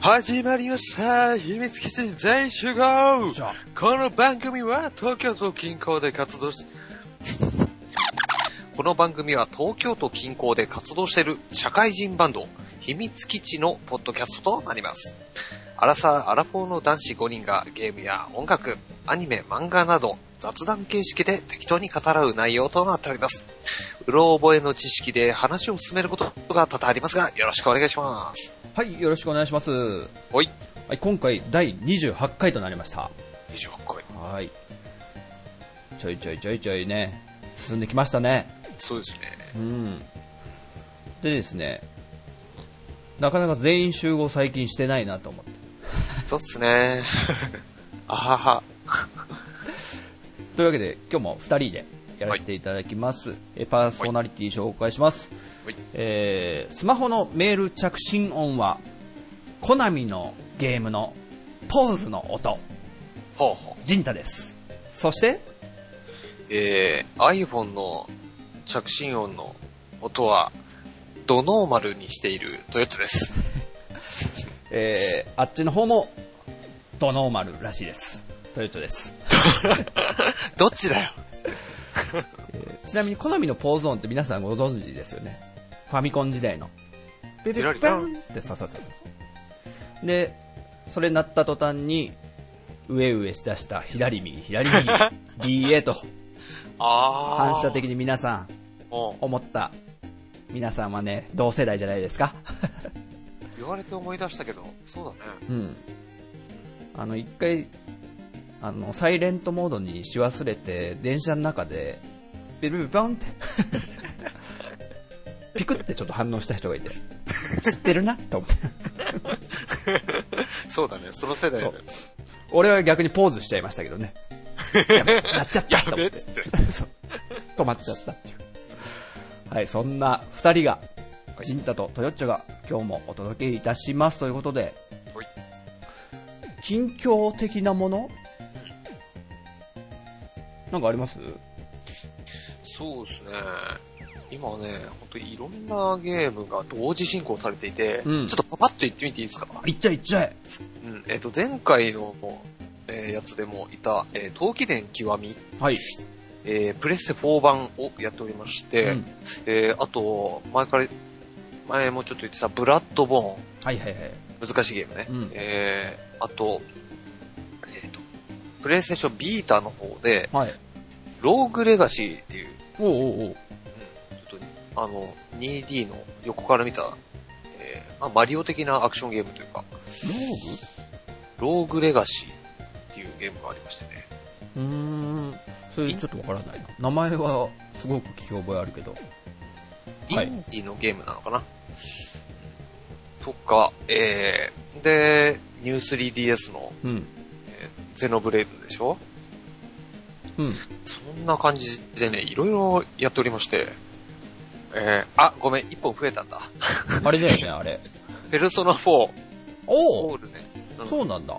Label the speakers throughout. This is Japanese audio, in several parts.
Speaker 1: 始まりました秘密基地全集合この番組は東京都近郊で活動し、 この番組は東京都近郊で活動している社会人バンド、秘密基地のポッドキャストとなります。アラサー・アラフォーの男子5人がゲームや音楽、アニメ、漫画など雑談形式で適当に語らう内容となっております。うろ覚えの知識で話を進めることが多々ありますが、よろしくお願いします。
Speaker 2: はい、よろしくお願いします。は
Speaker 1: ほい。
Speaker 2: い、今回第28回となりました。
Speaker 1: 28回。
Speaker 2: はい。ちょいちょいちょいちょいね、進んできましたね。
Speaker 1: そうですね。
Speaker 2: うん。でですね、なかなか全員集合最近してないなと思って。
Speaker 1: そうっす ね。あはは。
Speaker 2: というわけで、今日も2人でやらせていただきます。えパーソナリティ紹介します。
Speaker 1: はい
Speaker 2: えースマホのメール着信音は、コナミのゲームのポーズの音、
Speaker 1: ほうほう。
Speaker 2: ジンタです。そして、
Speaker 1: えー、iPhone の着信音の音は、ドノーマルにしているというやつです。
Speaker 2: えーあっちの方もドノーマルらしいです。トヨトです。
Speaker 1: どっちだよ。
Speaker 2: ちなみに好みのポーズ音って皆さんご存知ですよね。ファミコン時代の。ビ
Speaker 1: リラリ
Speaker 2: ペ
Speaker 1: タ
Speaker 2: ンってそうそうそうそう。で、それ鳴った途端に、上上下下、左右、左右、BA と
Speaker 1: あ
Speaker 2: 反射的に皆さん、
Speaker 1: も
Speaker 2: 思った。皆さんはね、同世代じゃないですか。
Speaker 1: う、言われて思い出したけど、そうだね。
Speaker 2: うん。あの、一回、あの、サイレントモードにし忘れて、電車の中で、ビルビルバンって、 ピクってちょっと反応した人がいて、知ってるなと思って。
Speaker 1: そうだね、その世代だよ
Speaker 2: そう俺は逆にポーズしちゃいましたけどね。やべ、なっちゃったと思って。
Speaker 1: って。
Speaker 2: そう止まっちゃったっていう。はい、そんな二人が、ジンタとトヨッチョが今日もお届けいたしますということで、
Speaker 1: ほい。
Speaker 2: 近況的なものなんかあります
Speaker 1: そうですね。今ね、本当いろんなゲームが同時進行されていて、
Speaker 2: うん
Speaker 1: ちょっとパパッと言ってみていいですか
Speaker 2: いっちゃいっちゃえ
Speaker 1: うん、えっ、と、前回の、えーやつでもいた、えー、陶器伝極み、
Speaker 2: はい。
Speaker 1: えープレステ4版をやっておりまして、
Speaker 2: うん
Speaker 1: えーあと、前から、前もちょっと言ってた、ブラッドボ
Speaker 2: はいはいはい。
Speaker 1: ーン、難しいゲームね。
Speaker 2: うん
Speaker 1: えーあと、えっ、と、プレイステーションビータの方で、
Speaker 2: はい。
Speaker 1: ローグレガシーっていう、
Speaker 2: おうおうおう
Speaker 1: ちょっと、あの、2D の横から見た、えーまあ、マリオ的なアクションゲームというか、
Speaker 2: ロ
Speaker 1: ローグレガシーっていうゲームがありましてね。
Speaker 2: ーグうーん。それちょっとわからないな。名前はすごく聞き覚えあるけど。
Speaker 1: イ
Speaker 2: はい
Speaker 1: ンディーのゲームなのかな、とか、えー、で、ニュー 3DS の
Speaker 2: うん。
Speaker 1: ゼノブレイドでしょ
Speaker 2: うん。
Speaker 1: そんな感じでね、いろいろやっておりまして、えー、あ、ごめん、一本増えたんだ。
Speaker 2: あれだよね、あれ。
Speaker 1: ペルソナ4、
Speaker 2: お
Speaker 1: ホ
Speaker 2: お
Speaker 1: ールね。
Speaker 2: そうなんだ。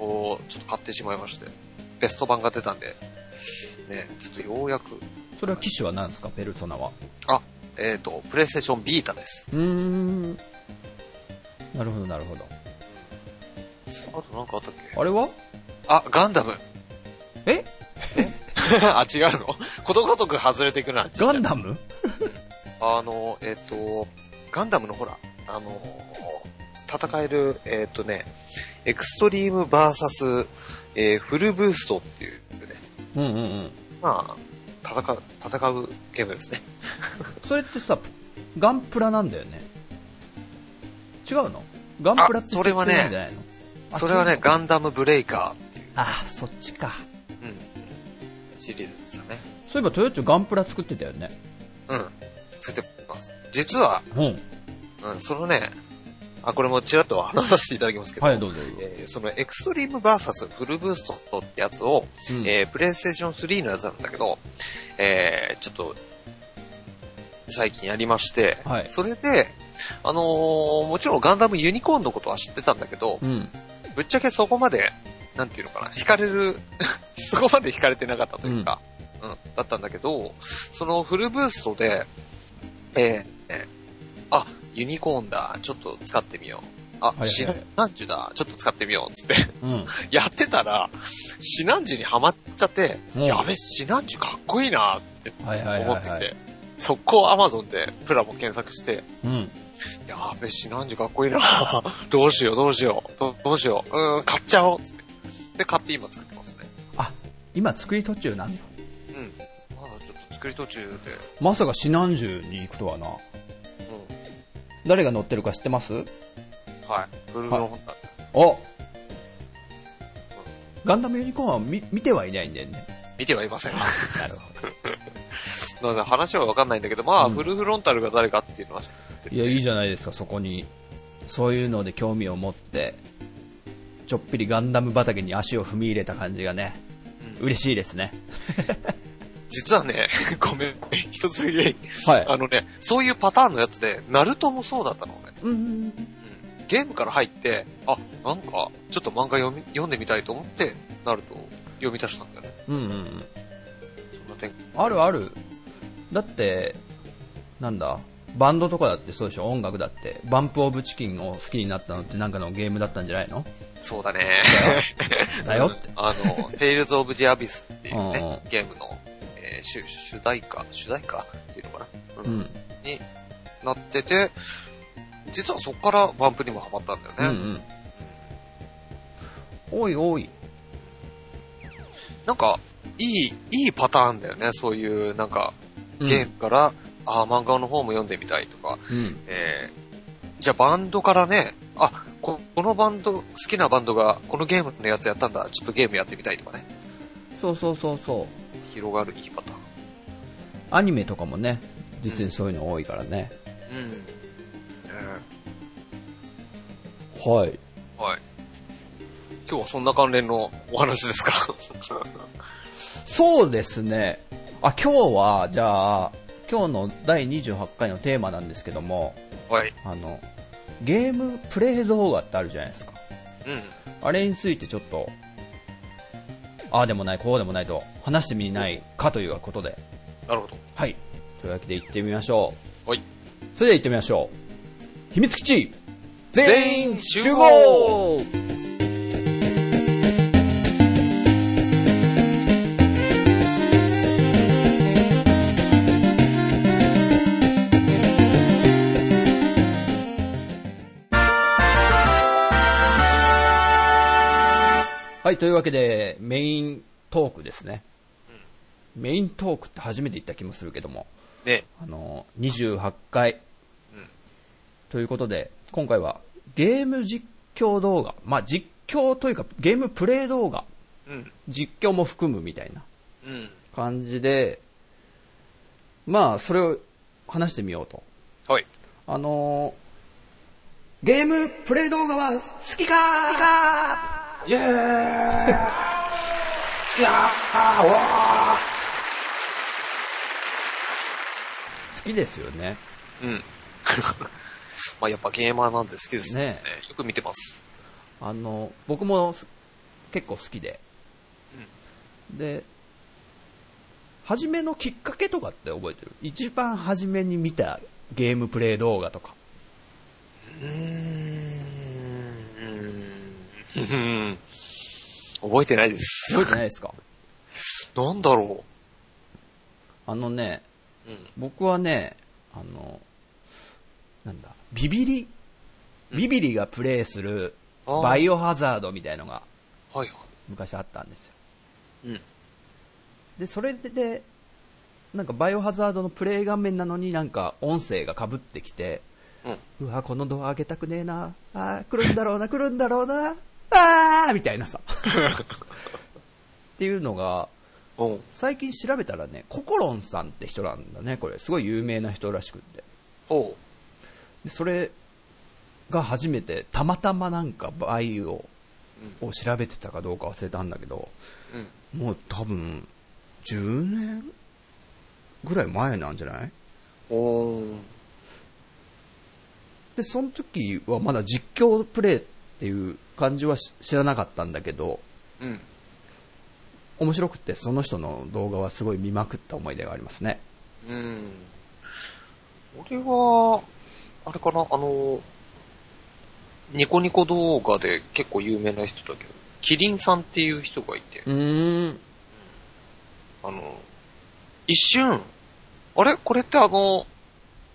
Speaker 1: うん。を、ちょっと買ってしまいまして、ベスト版が出たんで、ね、ちょっとようやく、
Speaker 2: それは機種は何ですか、ペルソナは。
Speaker 1: あ、えっ、ー、と、プレイステーションビータです。
Speaker 2: うーん。なるほど、なるほど。
Speaker 1: あとなんかあったっけ
Speaker 2: あれは
Speaker 1: あ、ガンダム。
Speaker 2: え
Speaker 1: あ、違うのことごとく外れていくな。
Speaker 2: ガンダム
Speaker 1: あの、えっ、と、ガンダムのほら、あの、戦える、えっ、とね、エクストリームバーサス、えーフルブーストっていうね、
Speaker 2: うんうんうん。
Speaker 1: まあ、戦う、戦うゲームですね。
Speaker 2: それってさ、ガンプラなんだよね。違うのガンプラって
Speaker 1: あそれはね
Speaker 2: 設定なんじゃないのあ
Speaker 1: それはね、
Speaker 2: 違うの
Speaker 1: ガンダムブレイカ
Speaker 2: あ、そっちか。
Speaker 1: ーっていう、うん、シリーズですよね。
Speaker 2: そういえば、トヨッチョガンプラ作ってたよね。
Speaker 1: うん、作ってます。実は、
Speaker 2: うん。
Speaker 1: うん、そのね、あ、これもちらっと話させていただきますけど、
Speaker 2: はい、どうぞどうぞ。
Speaker 1: えーそのエクストリームバーサスフルブーストってやつを、
Speaker 2: うん
Speaker 1: えー、プレイステーション3のやつなんだけど、えー、ちょっと、最近やりまして、
Speaker 2: はい
Speaker 1: それで、あのーもちろんガンダムユニコーンのことは知ってたんだけど、
Speaker 2: うん。
Speaker 1: ぶっちゃけそこまで、なんていうのかな、惹かれる、 そこまで惹かれてなかったというか、うん、だったんだけど、そのフルブーストで、えーえーあ、ユニコーンだ、ちょっと使ってみよう。あ、
Speaker 2: いはい
Speaker 1: シナンジュだ。ちょっと使ってみよう。つって。
Speaker 2: うん。
Speaker 1: やってたら、シナンジュにハマっちゃって、
Speaker 2: うん
Speaker 1: やべ、シナンジュかっこいいなって
Speaker 2: はいはいはい、
Speaker 1: 思って
Speaker 2: は
Speaker 1: き
Speaker 2: い。
Speaker 1: て、速攻アマゾンでプラも検索して、
Speaker 2: うん。
Speaker 1: やべ、シナンジュかっこいいな どうしようどうしよう。どどうしよう。うーん、買っちゃおう。つって。で、買って今作ってますね。
Speaker 2: あ、今作り途中なんだ。
Speaker 1: うん。まだちょっと作り途中で、
Speaker 2: まさか指南銃に行くとはな。
Speaker 1: う
Speaker 2: 誰が乗ってるか知ってます
Speaker 1: ん。はい。ブルーの本だ。
Speaker 2: おガンダムユニコーンは見見てはいないんだよね。
Speaker 1: 見てはいません。
Speaker 2: なるほど。
Speaker 1: なので話はわかんないんだけど、まあ、
Speaker 2: うん
Speaker 1: フルフロンタルが誰かっていうのは知ってて
Speaker 2: いや、いいじゃないですか、そこに。そういうので興味を持って、ちょっぴりガンダム畑に足を踏み入れた感じがね、嬉しいですね。
Speaker 1: 実はね、 ごめん、一つだけ、
Speaker 2: はい
Speaker 1: あのね、そういうパターンのやつで、ナルトもそうだったのね。
Speaker 2: うん。
Speaker 1: うん。ゲームから入って、あ、なんか、ちょっと漫画読み読んでみたいと思って、ナルトを読み出したんだよね。
Speaker 2: うんうんうん。
Speaker 1: そんな展開。
Speaker 2: あるある。だって、なんだ、バンドとかだってそうでしょ、音楽だって。バンプオブチキンを好きになったのってなんかのゲームだったんじゃないの
Speaker 1: そうだね。
Speaker 2: だよって。
Speaker 1: あの、テイルズ・オブ・ジ・アビスっていうね
Speaker 2: う、
Speaker 1: ゲームの、えー主主題歌、主題歌っていうのかな、う
Speaker 2: うんん。
Speaker 1: になってて、実はそこからバンプにもハマったんだよね
Speaker 2: う。んうん。おいおい。
Speaker 1: なんか、いい、いいパターンだよね。そういう、なんか、
Speaker 2: うん
Speaker 1: ゲームから、ああ、漫画の方も読んでみたいとか、
Speaker 2: うん。
Speaker 1: えー、じゃあバンドからね、あ、ここのバンド、好きなバンドが、このゲームのやつやったんだ、ちょっとゲームやってみたいとかね。
Speaker 2: そうそうそうそう。
Speaker 1: 広がるいいパターン。
Speaker 2: アニメとかもね、実にそういうの多いからね。
Speaker 1: うん。ね
Speaker 2: はい。
Speaker 1: えはい。今日はそんな関連のお話ですか
Speaker 2: そうですね。あ、今日は、じゃあ、今日の第28回のテーマなんですけども、
Speaker 1: はい。
Speaker 2: あの、ゲームプレイ動画ってあるじゃないですか。
Speaker 1: うん。
Speaker 2: あれについてちょっと、ああでもない、こうでもないと話してみないかということで。
Speaker 1: なるほど。
Speaker 2: はい。というわけで行ってみましょ
Speaker 1: はい。
Speaker 2: う。それでは行ってみましょう。秘密基地全
Speaker 1: 全
Speaker 2: 員
Speaker 1: 員
Speaker 2: 集
Speaker 1: 集
Speaker 2: 合
Speaker 1: 合
Speaker 2: はい、というわけでメイントークですね。メイントークって初めて言った気もするけども。
Speaker 1: ね、
Speaker 2: あの、28回。
Speaker 1: うん
Speaker 2: ということで、今回はゲーム実況動画。まあ、実況というか、ゲームプレイ動画。
Speaker 1: うん。
Speaker 2: 実況も含むみたいな
Speaker 1: うん。
Speaker 2: 感じで、まあ、それを話してみようと。
Speaker 1: はい。
Speaker 2: あのーゲームプレイ動画は好きか
Speaker 1: イェーイ好きだあーわ
Speaker 2: 好きですよね。
Speaker 1: ーうん。 まあやっぱゲーマーなんで好きですね。
Speaker 2: ね
Speaker 1: よく見てます。
Speaker 2: あの、僕もす結構好きで。で、初めのきっかけとかって覚えてる一番初めに見たゲームプレイ動画とか。
Speaker 1: うーん。覚えてないです。
Speaker 2: 覚えてないで すか
Speaker 1: なんだろ
Speaker 2: あのね、
Speaker 1: う。うん。
Speaker 2: 僕はね、あの、なんだ、ビビリ、ビビリがプレイする
Speaker 1: あー
Speaker 2: バイオハザードみたいのが
Speaker 1: はいは
Speaker 2: 昔あったんですよ。
Speaker 1: い。うん。
Speaker 2: で、それで、なんかバイオハザードのプレイ画面なのになんか音声が被ってきて、
Speaker 1: うん。
Speaker 2: うわ、このドア開けたくねえな。あー来るんだろうな、来るんだろうな。あーみたいなさ。っていうのが、
Speaker 1: うん。
Speaker 2: 最近調べたらね、ココロンさんって人なんだね、これ。すごい有名な人らしくって。
Speaker 1: ほ
Speaker 2: でそれが初めて、たまたまなんかバイオを調べてたかどうか忘れたんだけど、
Speaker 1: う。うん。
Speaker 2: もう多分、10年ぐらい前なんじゃない
Speaker 1: おー。
Speaker 2: で、その時はまだ実況プレイっていう感じはし知らなかったんだけど、
Speaker 1: うん。
Speaker 2: 面白くてその人の動画はすごい見まくった思い出がありますね
Speaker 1: うん。俺は、あれかな、あの、ニコニコ動画で結構有名な人だけど、キリンさんっていう人がいて、
Speaker 2: うーん。
Speaker 1: あの、一瞬、あれこれってあの、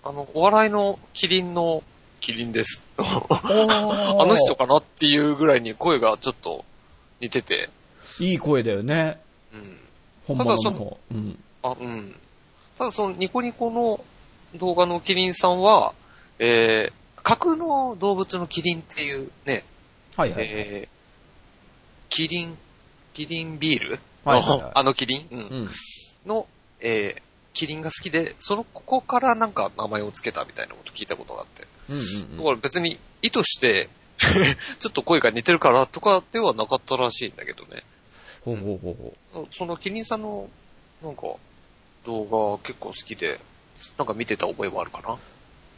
Speaker 1: あの、お笑いのキリンの、キリンです。 あ
Speaker 2: あ
Speaker 1: の人かなっていうぐらいに声がちょっと似てて、
Speaker 2: いい声だよね。
Speaker 1: うん。
Speaker 2: 本物
Speaker 1: た
Speaker 2: の
Speaker 1: だそ
Speaker 2: 方。うん。
Speaker 1: あ、うん。ただそのニコニコの動画のキリンさんは、えー、架空の動物のキリンっていうね、
Speaker 2: はいはい。
Speaker 1: えー、キリン、キリンビール、
Speaker 2: はいはいはい
Speaker 1: あのキリン、うん
Speaker 2: うん。
Speaker 1: の、えー、キリンが好きで、その、ここからなんか名前を付けたみたいなこと聞いたことがあって。
Speaker 2: うん
Speaker 1: だから別に意図して、 ちょっと声が似てるからとかではなかったらしいんだけどね。
Speaker 2: うんうん。ほうほうほうほ
Speaker 1: そのキリンさんの、なんか、動画結構好きで、なんか見てた覚えはあるかな。
Speaker 2: う。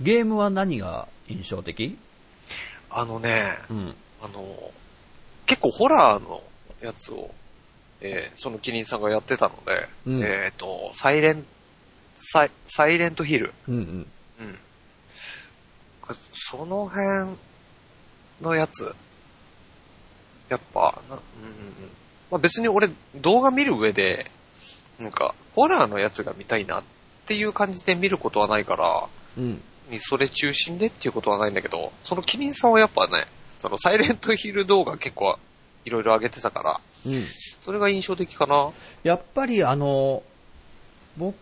Speaker 2: ゲームは何が印象的
Speaker 1: あのね、
Speaker 2: うん。
Speaker 1: あの、結構ホラーのやつを、えーそのキリンさんがやってたので、
Speaker 2: うん
Speaker 1: えっ、と、サイレン、サイ、サイレントヒル。
Speaker 2: うんうん。
Speaker 1: うん。その辺のやつ、やっぱ、なうんうんうん。まあ、別に俺動画見る上で、なんか、ホラーのやつが見たいなっていう感じで見ることはないから、
Speaker 2: うん。
Speaker 1: にそれ中心でっていうことはないんだけど、そのキリンさんはやっぱね、そのサイレントヒル動画結構いろいろ上げてたから、
Speaker 2: うん。
Speaker 1: それが印象的かな。
Speaker 2: やっぱりあの、僕、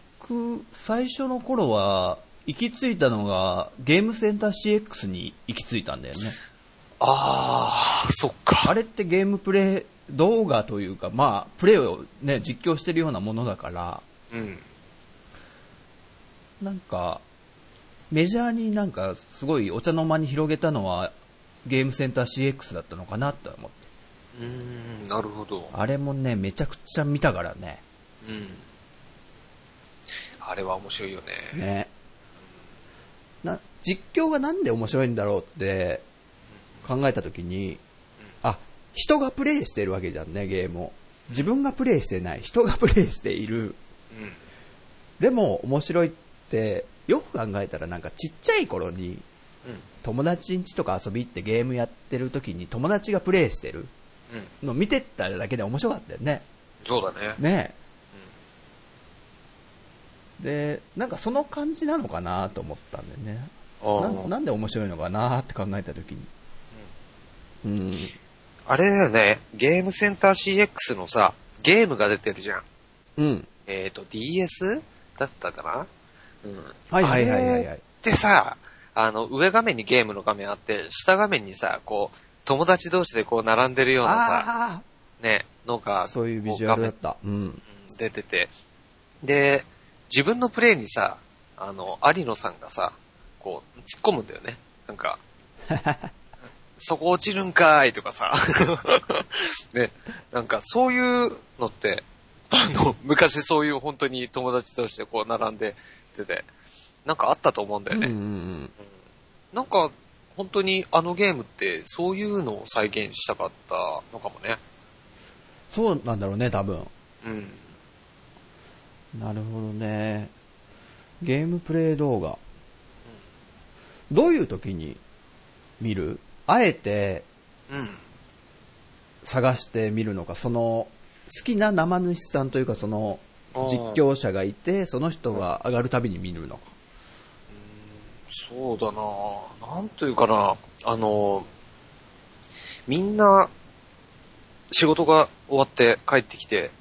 Speaker 2: 最初の頃は、行き着いたのが、ゲームセンター CX に行き着いたんだよね。
Speaker 1: あー、そっか。
Speaker 2: あれってゲームプレイ動画というか、まあ、プレイをね、実況してるようなものだから、
Speaker 1: うん。
Speaker 2: なんか、メジャーになんか、すごいお茶の間に広げたのは、ゲームセンター CX だったのかなって思って。
Speaker 1: うーん、なるほど。
Speaker 2: あれもね、めちゃくちゃ見たからね。
Speaker 1: うん。あれは面白いよね。
Speaker 2: ね。な、実況がなんで面白いんだろうって考えたときに、あ、人がプレイしてるわけじゃんね、ゲームを。自分がプレイしてない、人がプレイしている。
Speaker 1: うん。
Speaker 2: でも面白いって、よく考えたらなんかちっちゃい頃に友達ん家とか遊び行ってゲームやってる時に友達がプレイしてる
Speaker 1: うん。うん。
Speaker 2: の見てっただけで面白かったよね。
Speaker 1: そうだね。
Speaker 2: ねで、なんかその感じなのかなと思ったんだよね。
Speaker 1: あー
Speaker 2: ななんで面白いのかなって考えた時に。うん。
Speaker 1: あれだよね、ゲームセンター CX のさ、ゲームが出てるじゃん。
Speaker 2: うん。
Speaker 1: えっ、と、DS? だったかなうん。
Speaker 2: はいはいはいはい
Speaker 1: あ
Speaker 2: は
Speaker 1: れ
Speaker 2: い。
Speaker 1: でさ、あの、上画面にゲームの画面あって、下画面にさ、こう、友達同士でこう並んでるようなさ、
Speaker 2: あ
Speaker 1: ね、の
Speaker 2: あ
Speaker 1: が、
Speaker 2: そういうビジュ
Speaker 1: こ
Speaker 2: ア
Speaker 1: う画面
Speaker 2: ルだった。うん。
Speaker 1: うん出てて。で、自分のプレイにさ、あの、有野さんがさ、こう、突っ込むんだよね。なん か、そこ落ちるんかーいとかさ。 ね、なんかそういうのって、あの、昔そういう本当に友達同士でこう並んでてて、なんかあったと思うんだよ
Speaker 2: うんう
Speaker 1: ね。
Speaker 2: んうん。
Speaker 1: なんか、本当にあのゲームってそういうのを再現したかったのかもね。
Speaker 2: そうなんだろうね、多分。
Speaker 1: うん。
Speaker 2: なるほどね。ゲームプレイ動画。どういう時に見るあえて
Speaker 1: うん。
Speaker 2: 探してみるのか、その、好きな生主さんというか、その、
Speaker 1: あー
Speaker 2: 実況者がいて、その人が上がるたびに見るのか。
Speaker 1: そうだなぁなんというかなあの、みんな、仕事が終わって帰ってきて、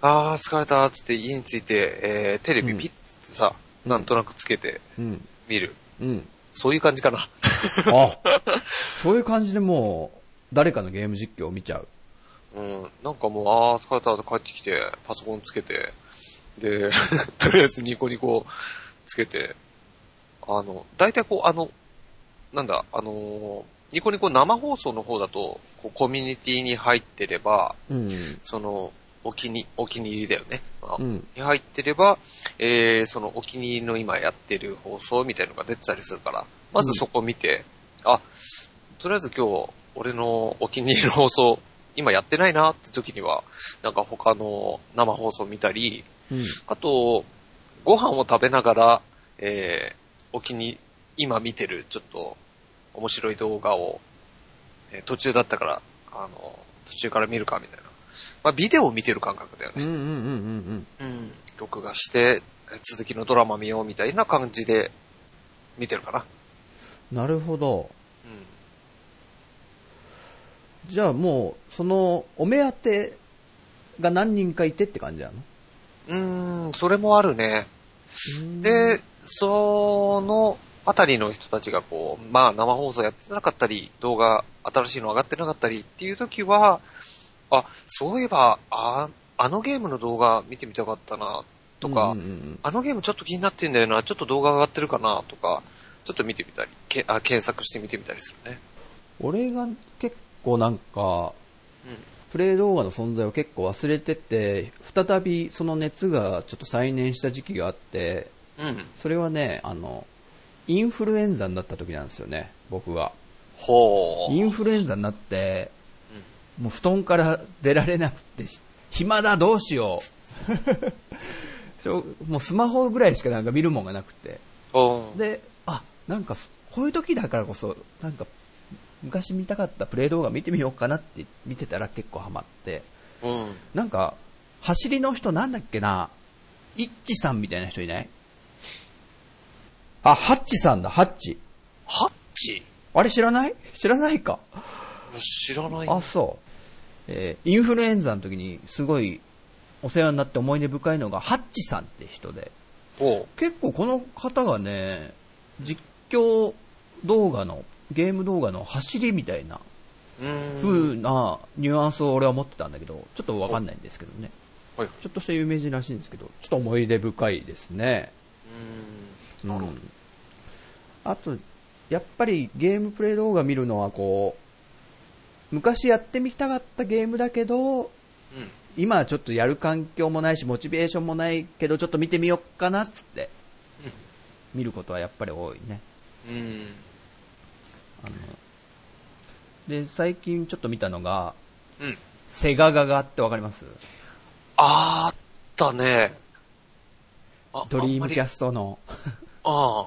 Speaker 1: あー疲れたっつって家に着いて、えー、テレビピッつってさ、なんとなくつけて
Speaker 2: うん。
Speaker 1: 見る。
Speaker 2: うん。
Speaker 1: そういう感じかな。
Speaker 2: あ、そういう感じでもう、誰かのゲーム実況を見ちゃう。
Speaker 1: うん、なんかもう、あー疲れたって帰ってきて、パソコンつけて、で、 とりあえずニコニコつけて、あの、大体こう、あの、なんだ、あのーニコニコ生放送の方だと、こうコミュニティに入ってれば、
Speaker 2: うん。
Speaker 1: その、お気に、お気に入りだよね。あ
Speaker 2: うん
Speaker 1: に入ってれば、えー、そのお気に入りの今やってる放送みたいのが出てたりするから、まずそこ見て、あ、とりあえず今日、俺のお気に入りの放送、今やってないなって時には、なんか他の生放送見たり、
Speaker 2: うん。
Speaker 1: あと、ご飯を食べながら、えー、お気に、今見てるちょっと面白い動画をえー途中だったから、あの、途中から見るかみたいな。まあ、ビデオを見てる感覚だよ
Speaker 2: うん
Speaker 1: ね。
Speaker 2: うんうんうん
Speaker 1: うん。録画して、えー続きのドラマ見ようみたいな感じで、見てるかな。
Speaker 2: うん。なるほど。じゃあもう、その、お目当てが何人かいてって感じなの
Speaker 1: うん。うーん、それもあるね。で、その、あたりの人たちがこう、まあ生放送やってなかったり、動画新しいの上がってなかったりっていう時は、あ、そういえば、あ、あのゲームの動画見てみたかったな、とか、
Speaker 2: うんうんうん
Speaker 1: あのゲームちょっと気になってんだよな、ちょっと動画上がってるかな、とか、ちょっと見てみたり、けあ検索して見てみたりするね。
Speaker 2: 俺が結構なんか、
Speaker 1: うん
Speaker 2: プレイ動画の存在を結構忘れてて、再びその熱がちょっと再燃した時期があって、
Speaker 1: うん。
Speaker 2: それはね、あの、インフルエンザになった時なんですよね、僕が。
Speaker 1: ほ
Speaker 2: インフルエンザになって、もう布団から出られなくて、暇だ、どうしよ うしょ。もうスマホぐらいしかなんか見るもんがなくて。
Speaker 1: う。うん。
Speaker 2: で、あ、なんかそ、こういう時だからこそ、なんか、昔見たかったプレイ動画見てみようかなって見てたら結構ハマって、
Speaker 1: うん。
Speaker 2: なんか、走りの人なんだっけな、イッチさんみたいな人いないあ、ハッチさんだ、ハッチ。
Speaker 1: ハッチ
Speaker 2: あれ知らない知らないか。
Speaker 1: 知らない。
Speaker 2: あ、そう。えーインフルエンザの時にすごいお世話になって思い出深いのが、ハッチさんって人で、
Speaker 1: ほ
Speaker 2: 結構この方がね、実況動画の、ゲーム動画の走りみたいな
Speaker 1: う。うん。
Speaker 2: 風なニュアンスを俺は持ってたんだけど、ちょっとわかんないんですけどね。
Speaker 1: はい。
Speaker 2: ちょっとした有名人らしいんですけど、ちょっと思い出深いですね。
Speaker 1: うん。なるほど。
Speaker 2: うんあと、やっぱりゲームプレイ動画見るのはこう、昔やってみたかったゲームだけ
Speaker 1: う
Speaker 2: ど、
Speaker 1: ん。
Speaker 2: 今はちょっとやる環境もないし、モチベーションもないけど、ちょっと見てみよっかなっつって、見ることはやっぱり多いね。
Speaker 1: うん。
Speaker 2: あので、最近ちょっと見たのが、
Speaker 1: うん。
Speaker 2: セガガガってわかります
Speaker 1: あったね。あ
Speaker 2: ドリームキャ
Speaker 1: ス
Speaker 2: ストの
Speaker 1: ああ。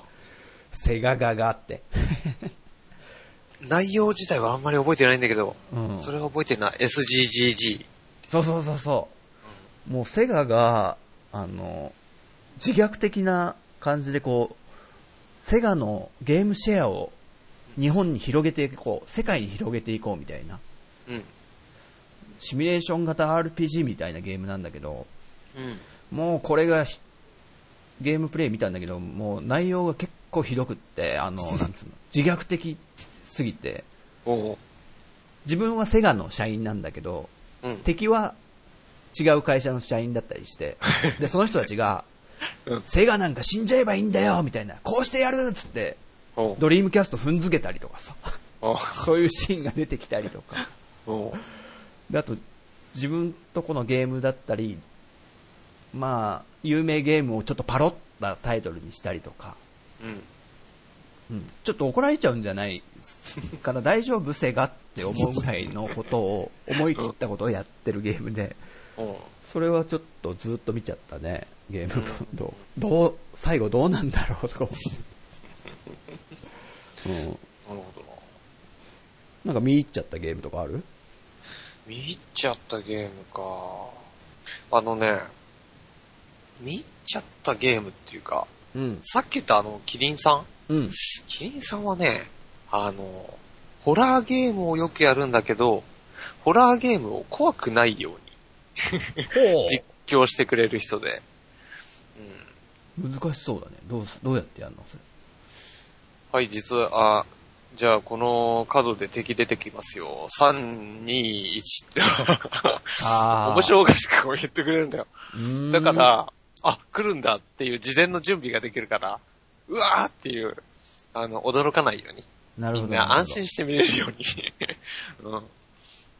Speaker 2: セガガ ガって。
Speaker 1: 内容自体はあんまり覚えてないんだけど、
Speaker 2: うん
Speaker 1: それは覚えてるな。SGGG。
Speaker 2: そうそうそうそう。もうセガが、あの、自虐的な感じでこう、セガのゲームシェアを日本に広げていこう、世界に広げていこうみたいな、
Speaker 1: うん。うん。
Speaker 2: シミュレーション型 RPG みたいなゲームなんだけど、もうこれがひゲームプレイ見たんだけど、もう内容が結構ひどくって、あ の、なんつうの、自虐的すぎて、
Speaker 1: おう
Speaker 2: 自分はセガの社員なんだけど、
Speaker 1: うん。
Speaker 2: 敵は違う会社の社員だった りして、で、その人たちが、
Speaker 1: うん
Speaker 2: セガなんか死んじゃえばいいんだよみたいな、こうしてやるっつって、
Speaker 1: おう
Speaker 2: ドリームキャスト踏んづけたり とかさ、
Speaker 1: おう
Speaker 2: そういうシーンが出てきたりとか、
Speaker 1: おう
Speaker 2: であと、自分とこのゲームだったり、まあ、有名ゲームをちょっとパロったタイトルにしたりとか、
Speaker 1: うん。
Speaker 2: うんちょっと怒られちゃうんじゃないから大丈夫セガって思うぐらいのことを、思い切ったことをやってるゲームで、
Speaker 1: おう
Speaker 2: それはちょっとずっと見ちゃったね、ゲームどう、どう、最後どうなんだろうとか思って。うん。
Speaker 1: なるほどな。
Speaker 2: なんか見入っちゃったゲームとかある
Speaker 1: 見入っちゃったゲームか。あのね、見入っちゃったゲームっていうか、
Speaker 2: うん。
Speaker 1: さっき言ったあの、キリンさん
Speaker 2: うん。
Speaker 1: キリンさんはね、あの、ホラーゲームをよくやるんだけど、ホラーゲームを怖くないよう
Speaker 2: ほ
Speaker 1: に実況してくれる人で、うん、
Speaker 2: 難しそうだね。どうす、どうやってやるのそれ。
Speaker 1: はい、実は、あ、じゃあこの角で敵出てきますよ。3、2、1って、
Speaker 2: あ
Speaker 1: 面白おかしくこう言ってくれるんだよ。
Speaker 2: い
Speaker 1: だか、ら、あ、来るんだっていう事前の準備ができるから、うわーっていう、あの、驚かないように。
Speaker 2: なる
Speaker 1: み
Speaker 2: ほ
Speaker 1: ん
Speaker 2: ど。
Speaker 1: な安心して見れるように、 うん。っ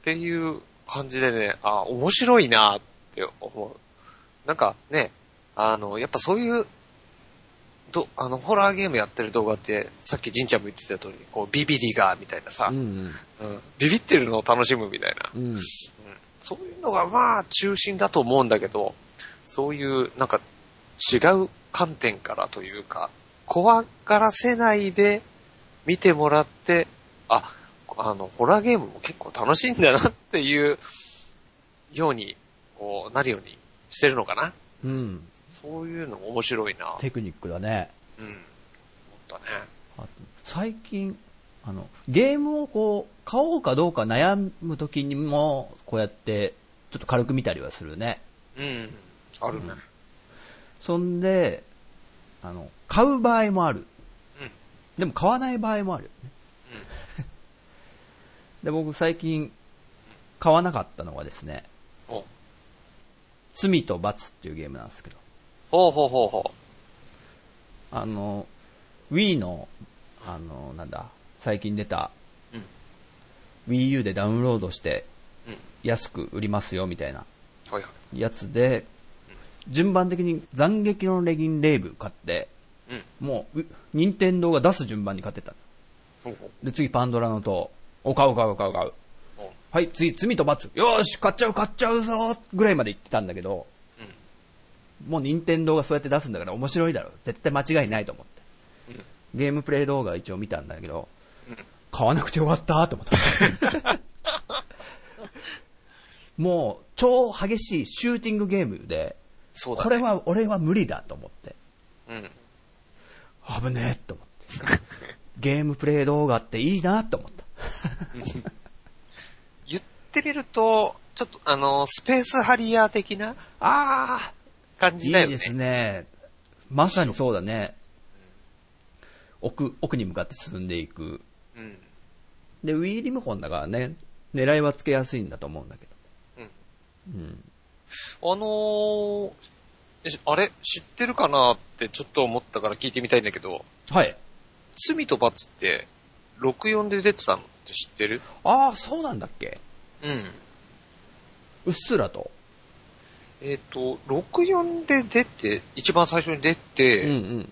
Speaker 1: ていう感じでね、あ、面白いなって思う。なんかね、あの、やっぱそういう、ど、あの、ホラーゲームやってる動画って、さっきじんちゃんも言ってた通り、こう、ビビリが、みたいなさ
Speaker 2: う、ん
Speaker 1: うんビビってるのを楽しむみたいな。
Speaker 2: うん。うん。
Speaker 1: そういうのがまあ中心だと思うんだけど、そういうなんか違う観点からというか、怖がらせないで見てもらって、あ、あの、ホラーゲームも結構楽しいんだなっていう、ように、こう、なるようにしてるのかな。
Speaker 2: うん。
Speaker 1: そういうのも面白いな。
Speaker 2: テクニックだね。
Speaker 1: うん。思ったね。
Speaker 2: あと最近、あの、ゲームをこう、買おうかどうか悩む時にも、こうやって、ちょっと軽く見たりはするね。
Speaker 1: うん。あるね。
Speaker 2: そんで、あの、買う場合もある。
Speaker 1: うん
Speaker 2: でも買わない場合もあるよね。 で、僕最近、買わなかったのはですね、
Speaker 1: お
Speaker 2: 罪と罰っていうゲームなんですけど、
Speaker 1: ほうほうほうほ
Speaker 2: あの、Wii の、あの、なんだ、最近出た、Wii U でダウンロードして、
Speaker 1: う。うん。
Speaker 2: 安く売りますよ、みたいな
Speaker 1: はいは
Speaker 2: やつで、順番的に斬撃のレギンレイブ買って、
Speaker 1: い。うん。
Speaker 2: もう、う任天堂が出す順番に買ってた。
Speaker 1: ほうほう。
Speaker 2: で、次パンドラの塔。お、買う買う買う買う。
Speaker 1: おう
Speaker 2: はい、次、罪と罰。よーし、買っちゃう買っちゃうぞーぐらいまで言ってたんだけど、もう任天堂がそうやって出すんだから面白いだろ。絶対間違いないと思って。ゲームプレイ動画一応見たんだけど、買わなくてよかったーと思った。もう、超激しいシューティングゲームで、
Speaker 1: そうだね。
Speaker 2: これは、俺は無理だと思って。
Speaker 1: うん。
Speaker 2: 危ねえと思って。ゲームプレイ動画っていいなと思った。
Speaker 1: 言ってみると、ちょっと、あの、スペースハリアー的な
Speaker 2: あ
Speaker 1: 感
Speaker 2: ー、い
Speaker 1: じ
Speaker 2: い
Speaker 1: だよね。
Speaker 2: ですね。まさにそうだね。奥、奥に向かって進んでいく。
Speaker 1: うん。
Speaker 2: で、Wii リモコンだからね、狙いはつけやすいんだと思うんだけど。
Speaker 1: あのー、えあれ知ってるかなってちょっと思ったから聞いてみたいんだけど、
Speaker 2: はい。
Speaker 1: 罪と罰って、64で出てたのって知ってる
Speaker 2: あー、そうなんだっけ
Speaker 1: うん。
Speaker 2: うっすらと。
Speaker 1: えっ、と、64で出て、一番最初に出
Speaker 2: う
Speaker 1: て、
Speaker 2: んうん。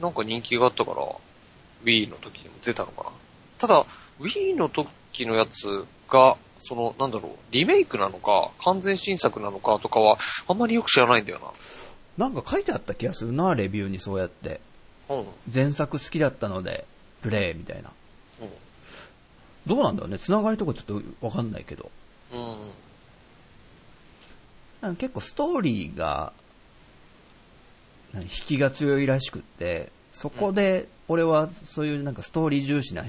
Speaker 1: なんか人気があったから、Wii の時にも出たのかな。ただ、Wii の時のやつが、その、なんだろう、リメイクなのか、完全新作なのかとかは、あんまりよく知らないんだよ
Speaker 2: なんか書いてあった気がするな、レビューにそうやって。
Speaker 1: な。うん。うん。
Speaker 2: 前作好きだったので、プレイみたいな。どうなんだろうね、つながりとかちょっとわかんないけど。
Speaker 1: うん。
Speaker 2: なんか結構ストーリーが、何引きが強いらしくって、そこで俺はそういうなんかストーリー重視な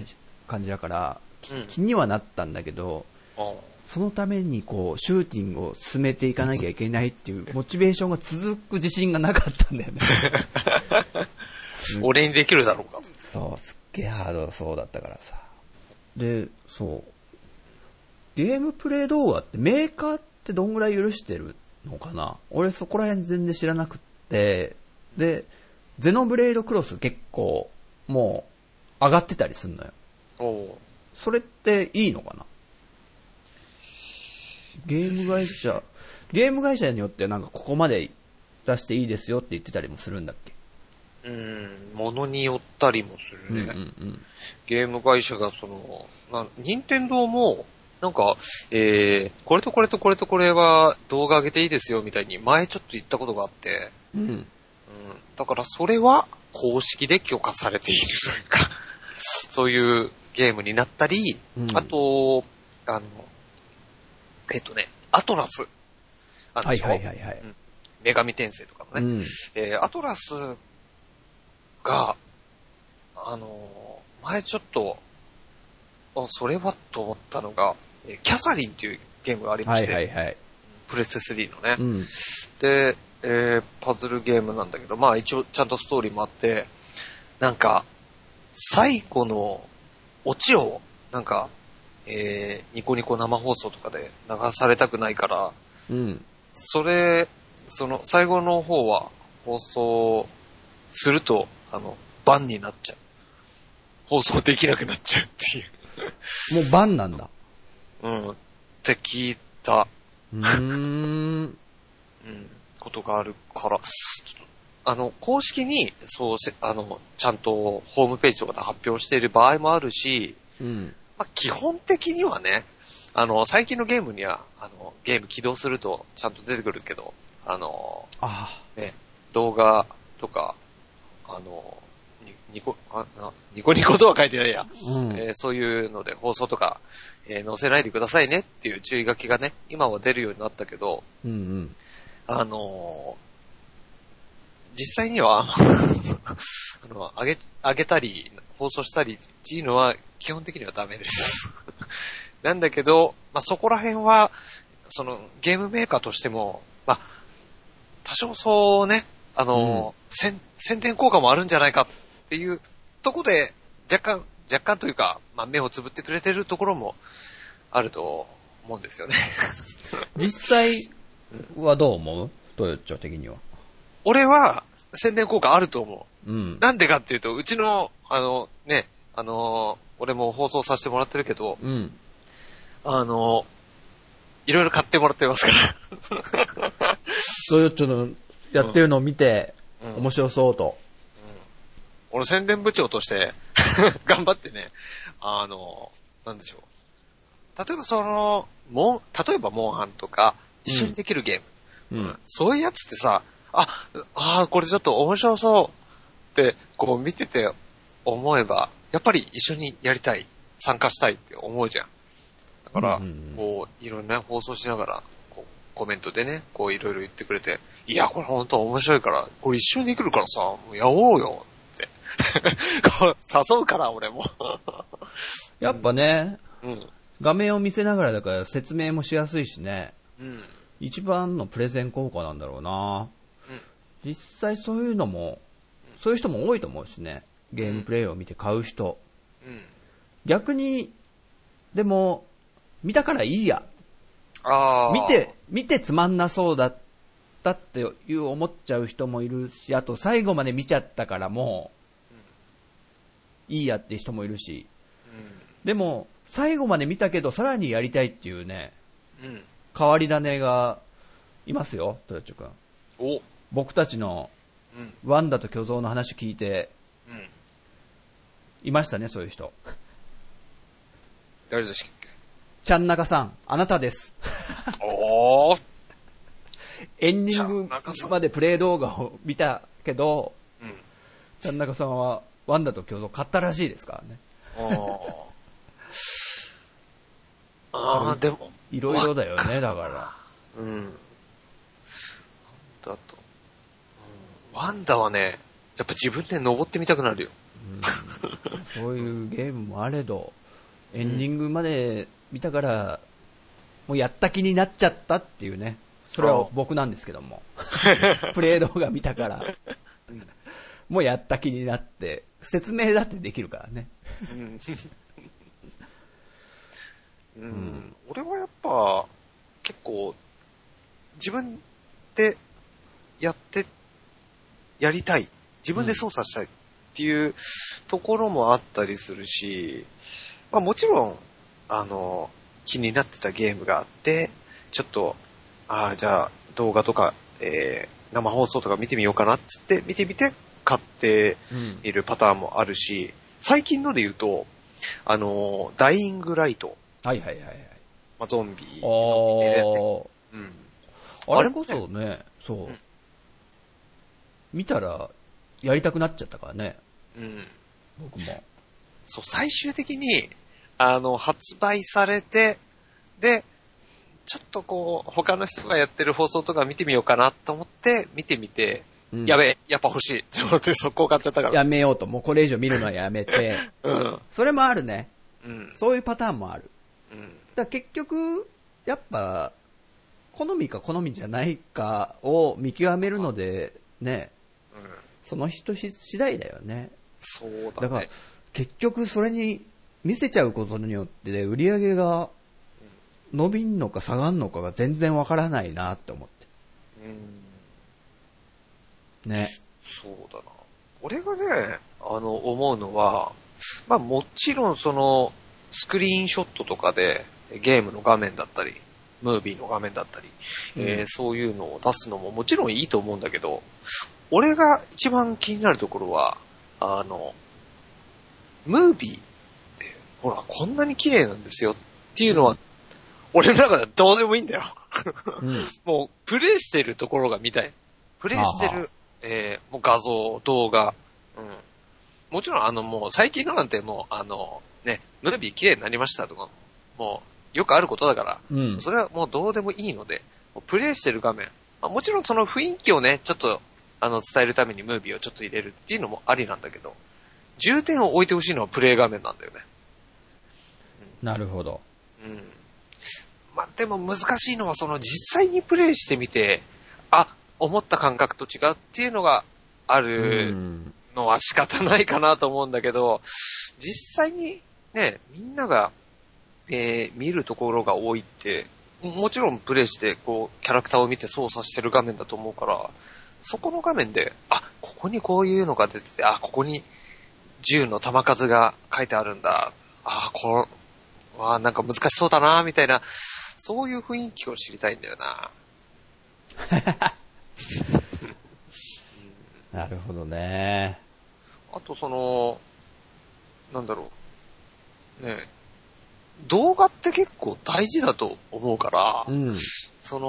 Speaker 2: 感じだから、き
Speaker 1: うん
Speaker 2: 気にはなったんだけど、
Speaker 1: あ
Speaker 2: そのためにこう、シューティングを進めていかなきゃいけないっていうモチベーションが続く自信がなかったんだよね。
Speaker 1: 俺にできるだろうか。
Speaker 2: そう、すっげえハードそうだったからさ。で、そう。ゲームプレイ動画ってメーカーってどんぐらい許してるのかな俺そこら辺全然知らなくって、で、ゼノブレイドクロス結構もう上がってたりすんのよ。
Speaker 1: おう
Speaker 2: それっていいのかなゲーム会社、ゲーム会社によってなんかここまで出していいですよって言ってたりもするんだっけ
Speaker 1: うん、ものによったりもするね。
Speaker 2: うん
Speaker 1: ゲーム会社がその、な任天堂も、なんか、えー、これとこれとこれとこれは動画上げていいですよみたいに前ちょっと言ったことがあって、
Speaker 2: うん。うん。
Speaker 1: うん、だからそれは公式で許可されているというか、 そういうゲームになったり、
Speaker 2: うん
Speaker 1: あと、あの、えっ、とね、アトラス。あの
Speaker 2: はいはいはいはい。
Speaker 1: 女神転生とかのね、
Speaker 2: うん
Speaker 1: えーアトラスが、あのー前ちょっと、あ、それはと思ったのが、えーキャサリンっていうゲームがありま
Speaker 2: は
Speaker 1: し
Speaker 2: い
Speaker 1: て、
Speaker 2: はいはい。
Speaker 1: プレステ3のね、
Speaker 2: うん。
Speaker 1: で、えーパズルゲームなんだけど、まあ一応ちゃんとストーリーもあって、なんか、最後のオチを、なんか、えーニコニコ生放送とかで流されたくないから、
Speaker 2: うん。
Speaker 1: それ、その、最後の方は、放送すると、あの、バンになっちゃう。放送できなくなっちゃうってい
Speaker 2: もうバンなんだ。
Speaker 1: う。うん。って聞いた、
Speaker 2: うーん。
Speaker 1: うん、ことがあるから、ちょっと、あの、公式に、そうせ、あの、ちゃんとホームページとかで発表している場合もあるし、
Speaker 2: うん。
Speaker 1: まあ、基本的にはね、あの、最近のゲームには、あの、ゲーム起動するとちゃんと出てくるけど、あの、
Speaker 2: あ
Speaker 1: ね、動画とか、あの、にニコ、あ、あニコニコとは書いてないや。
Speaker 2: うん
Speaker 1: えーそういうので放送とか、えー載せないでくださいねっていう注意書きがね、今は出るようになったけど、
Speaker 2: うんうん。
Speaker 1: あのー実際には、あ のあの、あげ、あげたり、放送したりっていうのは基本的にはダメです。 なんだけど、まあ、そこら辺は、その、ゲームメーカーとしても、まあ、多少そうね、あのー宣宣伝効果もあるんじゃないかっていうとこで、若干、若干というか、まあ、目をつぶってくれてるところもあると思うんですよね。
Speaker 2: 実際はどう思うトヨッチョ的には。
Speaker 1: 俺は、宣伝効果あると思う。
Speaker 2: うん。
Speaker 1: なんでかっていうと、うちの、あの、ね、あのー俺も放送させてもらってるけど、
Speaker 2: うん。
Speaker 1: あのーいろいろ買ってもらってますから。
Speaker 2: トヨッチョのやってるのを見て、
Speaker 1: うん
Speaker 2: 面白そうと。
Speaker 1: 俺宣伝部長として、 頑張ってね、あのーなんでしょう。例えばその、もん、例えばモンハンとか、一緒にできるゲーム。
Speaker 2: うん。
Speaker 1: そういうやつってさ、あ、あーこれちょっと面白そうって、こう見てて思えば、やっぱり一緒にやりたい、参加したいって思うじゃん。だから、
Speaker 2: うんうんうん
Speaker 1: こう、いろんな放送しながら、こう、コメントでね、こういろいろ言ってくれて、いや、これ本当面白いから、これ一緒にできるからさ、もうやおうよって。 こう、誘うから、俺 も。
Speaker 2: やっぱね、
Speaker 1: うん。
Speaker 2: 画面を見せながらだから説明もしやすいしね。
Speaker 1: うん。
Speaker 2: 一番のプレゼン効果なんだろうな、実際そういうのもそういう人も多いと思うしねゲームプレイを見て買う人、
Speaker 1: うん。
Speaker 2: 逆にでも見たからいいや
Speaker 1: ああ。
Speaker 2: 見て見てつまんなそうだったっていう思っちゃう人もいるしあと最後まで見ちゃったからもういいやって人もいるしでも最後まで見たけどさらにやりたいっていうね
Speaker 1: うん。うん。
Speaker 2: 変わり種がいますよ豊地君
Speaker 1: お。うん。
Speaker 2: 僕たちの
Speaker 1: うん。
Speaker 2: ワンダと巨像の話聞いていましたね、そういう人。
Speaker 1: 誰でしたっけ
Speaker 2: ちゃんなかさん、あなたです。
Speaker 1: おー。
Speaker 2: エンディン
Speaker 1: ちゃんなかさ
Speaker 2: グ
Speaker 1: ん
Speaker 2: までプレイ動画を見たけど、
Speaker 1: うん。
Speaker 2: ちゃんなかさんはワンダと巨像買ったらしいですからね。
Speaker 1: ああ。ああ、でも。
Speaker 2: いろいろだよね、だから。
Speaker 1: うん。だと。うんワンダはね、やっぱ自分で登ってみたくなるよ。
Speaker 2: そういうゲームもあれど、エンディングまで見たから、もうやった気になっちゃったっていうね。それは僕なんですけど も。プレイ動画見たから、もうやった気になって、説明だってできるからね。
Speaker 1: うん。俺はやっぱ、結構、自分でやって、やりたい。自分で操作したいっていうところもあったりするし、まあもちろん、あの、気になってたゲームがあって、ちょっと、ああ、じゃあ動画とか、えー生放送とか見てみようかなっつって見てみて買っているパターンもあるし、最近ので言うと、あの、ダイイングライト、
Speaker 2: はいはいはいはい。
Speaker 1: まあ、ゾンビ、ゾンビ
Speaker 2: あ
Speaker 1: 系だよねう
Speaker 2: ー
Speaker 1: ん。
Speaker 2: あれこそね、そう。見たら、やりたくなっちゃったからね、
Speaker 1: うん。
Speaker 2: 僕も。
Speaker 1: そう、最終的に、あの、発売されて、で、ちょっとこう、他の人がやってる放送とか見てみようかなと思って、見てみて、
Speaker 2: うん
Speaker 1: やべえ、やっぱ欲しい。ちょっと待って、速攻買っちゃったから。
Speaker 2: やめようと、もうこれ以上見るのはや めて。
Speaker 1: うん。
Speaker 2: それもあるね。
Speaker 1: うん。
Speaker 2: そういうパターンもある。
Speaker 1: うん。
Speaker 2: だから結局、やっぱ、好みか好みじゃないかを見極めるので、ね、
Speaker 1: うん。
Speaker 2: その人次第だよね。
Speaker 1: そうだね。
Speaker 2: だから、結局それに見せちゃうことによってね、売り上げが伸びんのか下がんのかが全然わからないなって思っ
Speaker 1: うん。
Speaker 2: て。ね。
Speaker 1: そうだな。俺がね、あの、思うのは、まあもちろんその、スクリーンショットとかで、ゲームの画面だったり、ムービーの画面だったり、
Speaker 2: うん
Speaker 1: えーそういうのを出すのももちろんいいと思うんだけど、俺が一番気になるところは、あの、ムービーって、ほら、こんなに綺麗なんですよっていうのは、俺の中ではどうでもいいんだよ。
Speaker 2: うん。
Speaker 1: もう、プレイしてるところが見たい。プレイして
Speaker 2: あは
Speaker 1: る、えー、もう画像、動画、うん。もちろん、あの、もう、最近のなんてもう、あの、ね、ムービー綺麗になりましたとか、もう、よくあることだから、
Speaker 2: うん。
Speaker 1: それはもうどうでもいいので、もうプレイしてる画面、まあ、もちろんその雰囲気をね、ちょっと、あの、伝えるためにムービーをちょっと入れるっていうのもありなんだけど、重点を置いてほしいのはプレイ画面なんだよね。
Speaker 2: なるほど。
Speaker 1: うん。まあ、でも難しいのはその実際にプレイしてみて、あ、思った感覚と違うっていうのがあ
Speaker 2: う
Speaker 1: る
Speaker 2: ん。
Speaker 1: のは仕方ないかなと思うんだけど、実際にね、みんなが、えー見るところが多いって、もちろんプレイして、こう、キャラクターを見て操作してる画面だと思うから、そこの画面で、あ、ここにこういうのが出てて、あ、ここに銃の弾数が書いてあるんだ、あ、これ、わあなんか難しそうだな、みたいな、そういう雰囲気を知りたいんだよな。
Speaker 2: なるほどね。
Speaker 1: あとその、なんだろう。ねえ動画って結構大事だと思うから、
Speaker 2: うん。
Speaker 1: その、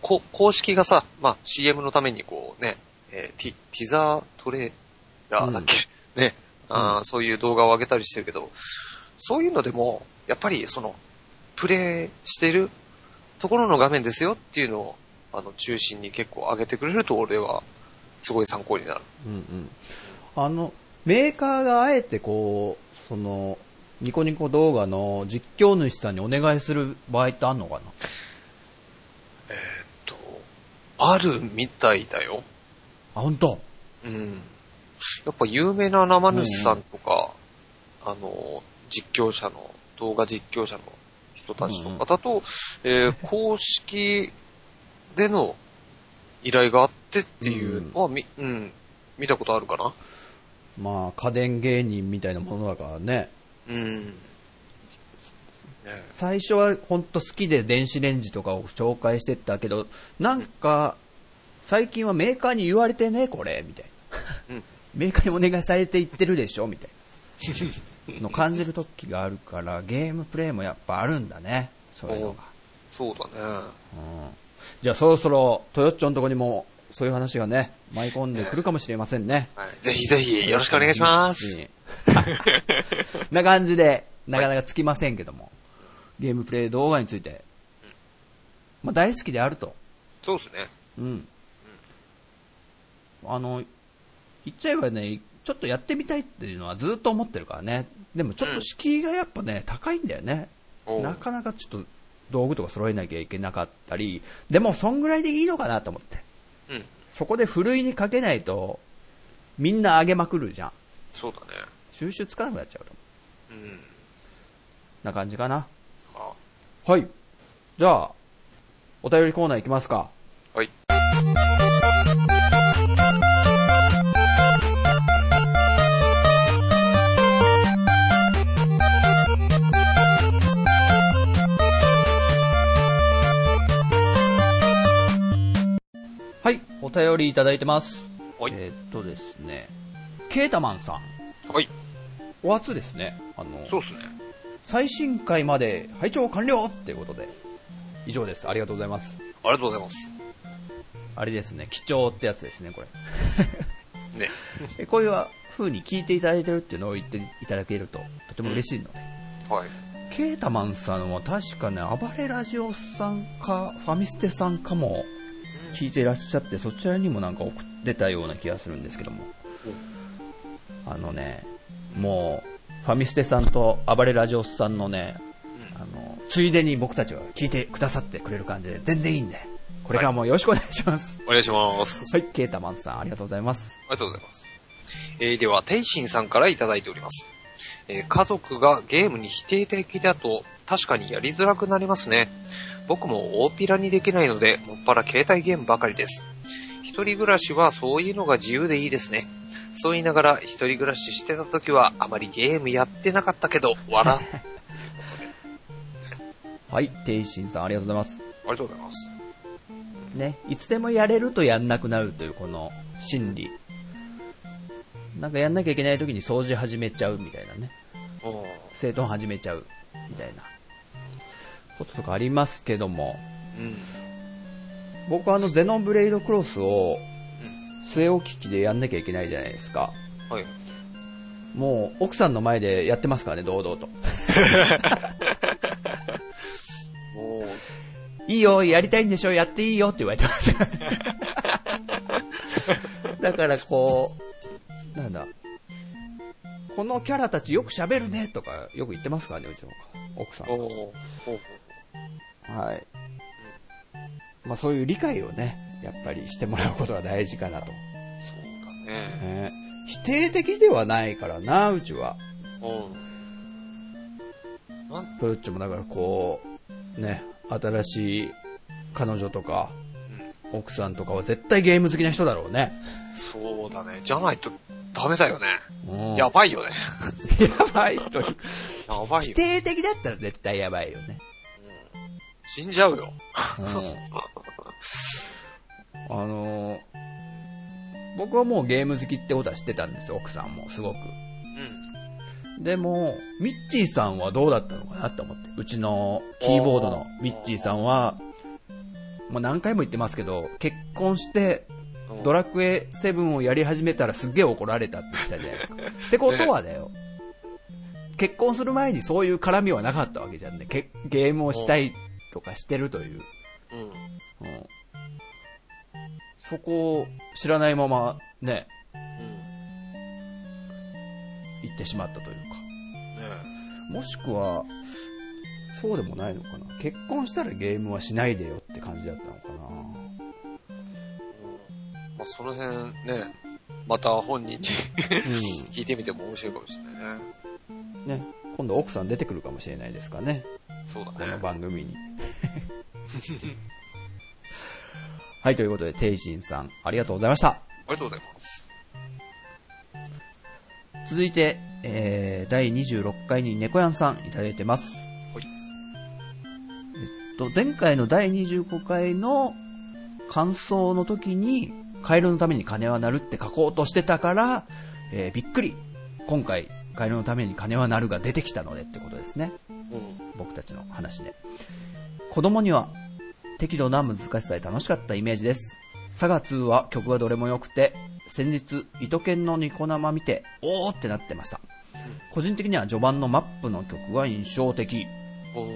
Speaker 1: こ公式がさ、まあ、CM のためにこうね、えーティ、ティザートレーラーだっけ、ね、あーそういう動画を上げたりしてるけど、そういうのでも、やっぱりその、プレイしてるところの画面ですよっていうのを、あの、中心に結構上げてくれると俺は、すごい参考になる。
Speaker 2: うんうん。あの、メーカーがあえてこう、その、ニコニコ動画の実況主さんにお願いする場合ってあんのかな
Speaker 1: えっと、あるみたいだよ。
Speaker 2: あ、本当
Speaker 1: うん。やっぱ有名な生主さんとか、あの、実況者の、動画実況者の人たちとかだと、えー公式での依頼があってっていうのはみ、うん、見たことあるかな。
Speaker 2: まあ、家電芸人みたいなものだからね。
Speaker 1: うん。ねえ
Speaker 2: 最初は本当好きで電子レンジとかを紹介してったけど、なんか、最近はメーカーに言われてね、これ、みたいな。
Speaker 1: うん
Speaker 2: メーカーにお願いされていってるでしょ、みたいな。の感じる時があるから、ゲームプレイもやっぱあるんだね。そういうのが。
Speaker 1: そうだね。
Speaker 2: じゃあそろそろ、トヨッチョのとこにも、そういう話がね、舞い込んでくるかもしれませんね。
Speaker 1: はい、ぜひぜひよろしくお願いします。。
Speaker 2: な感じで、なかなかつきませんけども、ゲームプレイ動画について、まあ、大好きであると。
Speaker 1: そうですね。
Speaker 2: うん。あの、言っちゃえばね、ちょっとやってみたいっていうのはずっと思ってるからね。でもちょっと敷居がやっぱね、高いんだよね。
Speaker 1: おう
Speaker 2: なかなかちょっと道具とか揃えなきゃいけなかったり、でもそんぐらいでいいのかなと思って。
Speaker 1: うん。
Speaker 2: そこでふるいにかけないと、みんな上げまくるじゃん。
Speaker 1: そうだね。
Speaker 2: 収集つかなくなっちゃうと思
Speaker 1: うん。
Speaker 2: う。な感じかな。
Speaker 1: あ
Speaker 2: はい。じゃあ、お便りコーナー行きますか。
Speaker 1: はい。
Speaker 2: はい。お便りいただいてます。
Speaker 1: はい。
Speaker 2: えーっとですね、ケータマンさん。
Speaker 1: はい。
Speaker 2: お初ですね。あの、
Speaker 1: そうですね。
Speaker 2: 最新回まで拝聴完了っていうことで。以上です。ありがとうございます。
Speaker 1: ありがとうございます。
Speaker 2: あれですね、貴重ってやつですね、 これ。
Speaker 1: ね。
Speaker 2: えこういう風に聞いていただいてるっていうのを言っていただけると、とても嬉しいので。
Speaker 1: はい。
Speaker 2: ケータマンさんは確かね、暴れラジオさんか、ファミステさんかも聞いていらっしゃって、そちらにもなんか送ってたような気がするんですけども。あのね、もう、ファミステさんと暴れラジオさんのね、あの、ついでに僕たちは聞いてくださってくれる感じで全然いいんで、これからもよろしくお願いします。
Speaker 1: お願いします。
Speaker 2: はい、ケータマンさんありがとうございます。
Speaker 1: ありがとうございます。えーでは、天心さんからいただいております。えー家族がゲームに否定的だと、確かにやりづらくなりますね。僕も大ピラにできないので、もっぱら携帯ゲームばかりです。一人暮らしはそういうのが自由でいいですね。そう言いながら、一人暮らししてた時は、あまりゲームやってなかったけど、 笑。あ
Speaker 2: はい、テイシンさんありがとうございます。
Speaker 1: りがとうございます。
Speaker 2: ね、いつでもやれるとやんなくなるというこの心理。なんかやんなきゃいけない時に掃除始めちゃうみたいなね。
Speaker 1: おー
Speaker 2: 整頓始めちゃうみたいなこととかありますけども。
Speaker 1: うん。
Speaker 2: 僕はあのゼノンブレイドクロスを
Speaker 1: う
Speaker 2: 据え置き機でやんなきゃいけないじゃないですか。
Speaker 1: はい。
Speaker 2: もう奥さんの前でやってますからね、堂々と。
Speaker 1: もう、
Speaker 2: いいよ、やりたいんでしょ、やっていいよって言われて ます。だからこう、なんだ、このキャラたちよく喋るねとかよく言ってますからね、うちの奥さん
Speaker 1: お
Speaker 2: は。
Speaker 1: ーおー
Speaker 2: はい。まあそういう理解をね、やっぱりしてもらうことが大事かなと。
Speaker 1: そうだね。
Speaker 2: ね否定的ではないからな、うちは。
Speaker 1: うん。なん、
Speaker 2: プロッチョもだからこう、ね、新しい彼女とか、奥さんとかは絶対ゲーム好きな人だろうね。
Speaker 1: そうだね。じゃないとダメだよね。
Speaker 2: うん
Speaker 1: やばいよね。
Speaker 2: やばい人。
Speaker 1: やばい
Speaker 2: 否
Speaker 1: よ。
Speaker 2: 定的だったら絶対やばいよね。
Speaker 1: 死んじゃうよ。
Speaker 2: あのー僕はもうゲーム好きってことは知ってたんですよ、奥さんも、すごく。
Speaker 1: うん。
Speaker 2: でも、ミッチーさんはどうだったのかなって思って。うちのキーボードのミッチーさんは、もう何回も言ってますけど、結婚して、ドラクエ7をやり始めたらすっげえ怒られたって言ってたじゃないですか。ってことはだよ、結婚する前にそういう絡みはなかったわけじゃんね。けゲームをしたいとかしてるという。
Speaker 1: うん。
Speaker 2: うんそこを知らないままね、
Speaker 1: うん。
Speaker 2: 行ってしまったというか。
Speaker 1: ね
Speaker 2: もしくは、そうでもないのかな。結婚したらゲームはしないでよって感じだったのか
Speaker 1: え。まあ、その辺ね、また本人に
Speaker 2: う
Speaker 1: 聞いてみても面白いかもしれないね。
Speaker 2: な。ね。今度奥さん出てくるかもしれないですかね。
Speaker 1: そうだ
Speaker 2: この
Speaker 1: ね。
Speaker 2: 番組に。はい、ということで、ていしんさん、ありがとうございました。
Speaker 1: ありがとうございます。
Speaker 2: 続いて、えー、第26回に猫やんさんいただいてます。
Speaker 1: はい
Speaker 2: えっと、前回の第25回の感想の時に、カエルのために鐘は鳴るって書こうとしてたから、えーびっくり。今回、カエルのために鐘は鳴るが出てきたのでってことですね。
Speaker 1: うん。
Speaker 2: 僕たちの話で。子供には適度な難しさで楽しかったイメージです。サガ2は曲がどれも良くて、先日、糸犬のニコ生見て、おーってなってました。個人的には序盤のマップの曲が印象的。
Speaker 1: お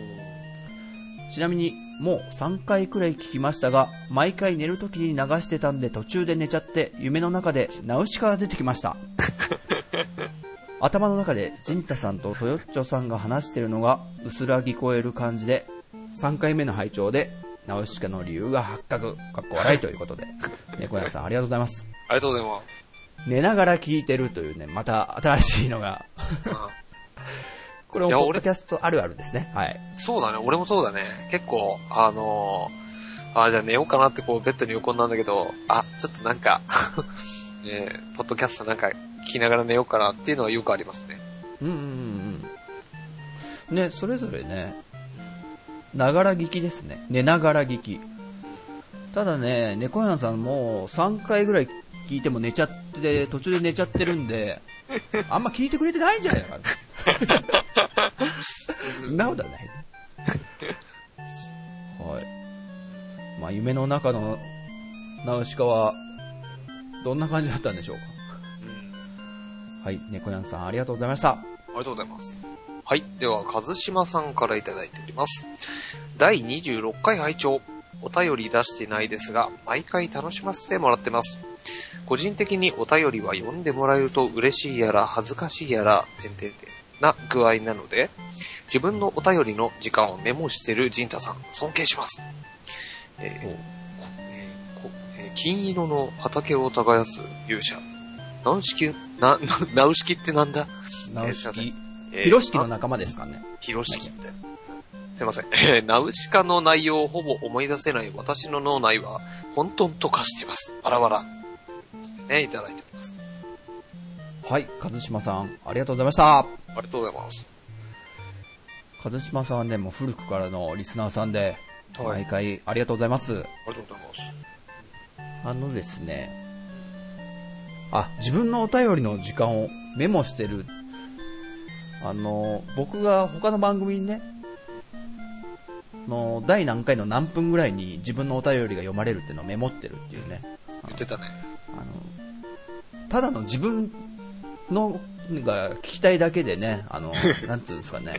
Speaker 2: ちなみに、もう3回くらい聞きましたが、毎回寝る時に流してたんで途中で寝ちゃって、夢の中でナウシカが出てきました。頭の中で、ジンタさんとトヨッチョさんが話してるのが、薄ら聞こえる感じで、3回目の拝聴で、ナウシカの理由が発覚、かっこ笑いということで、猫屋さんありがとうございます。
Speaker 1: ありがとうございます。
Speaker 2: 寝ながら聞いてるというね、また新しいのが、これも
Speaker 1: いや
Speaker 2: ポッ
Speaker 1: 俺
Speaker 2: ドキャストあるあるですね。はい。
Speaker 1: うんそうだね。俺もそうだね。結構、あのー、あーじゃあ寝ようかなってこうベッドに横になるんだけど、あ、ちょっとなんか、 ねえポッドキャストなんか聞きながら寝ようかなっていうのはよくありますね。
Speaker 2: うんうんうんうんねそれぞれねながら聞きですね寝ながら聞きただね猫やんさんも3回ぐらい聞いても寝ちゃって途中で寝ちゃってるんであんま聞いてくれてないんじゃない かななおだないはいまあ夢の中のナウシカはどんな感じだったんでしょうかはい猫やんさんありがとうございました
Speaker 1: ありがとうございます。はい。では、和島さんからいただいております。第26回拝聴お便り出してないですが、毎回楽しませてもらってます。個人的にお便りは読んでもらえると嬉しいやら、恥ずかしいやら、てんてんてんな具合なので、自分のお便りの時間をメモしてる陣太さん、尊敬します。えーこえーこえー金色の畑を耕す勇者。ナウシキ、な、ナウシキってなんだ
Speaker 2: ナウ
Speaker 1: え
Speaker 2: シ
Speaker 1: ーすい
Speaker 2: キ
Speaker 1: ま。
Speaker 2: ヒロシキの
Speaker 1: な
Speaker 2: 仲間ですかね。
Speaker 1: ヒロシキみたいな。すいません。えーナウシカの内容をほぼ思い出せない私の脳内は混沌と化しています。バラバラ。ね、いただいております。
Speaker 2: はい、和島さん、ありがとうございました。
Speaker 1: ありがとうございます。
Speaker 2: 和島さんはね、もう古くからのリスナーさんで、
Speaker 1: はい
Speaker 2: 毎回ありがとうございます。
Speaker 1: ありがとうございます。
Speaker 2: あのですね、あ、自分のお便りの時間をメモしてる。あの、僕が他の番組にね、の、第何回の何分ぐらいに自分のお便りが読まれるっていうのをメモってるっていうね。
Speaker 1: 言ってたね。
Speaker 2: あの、ただの自分のが聞きたいだけでね、 あの、なんていうんですかね。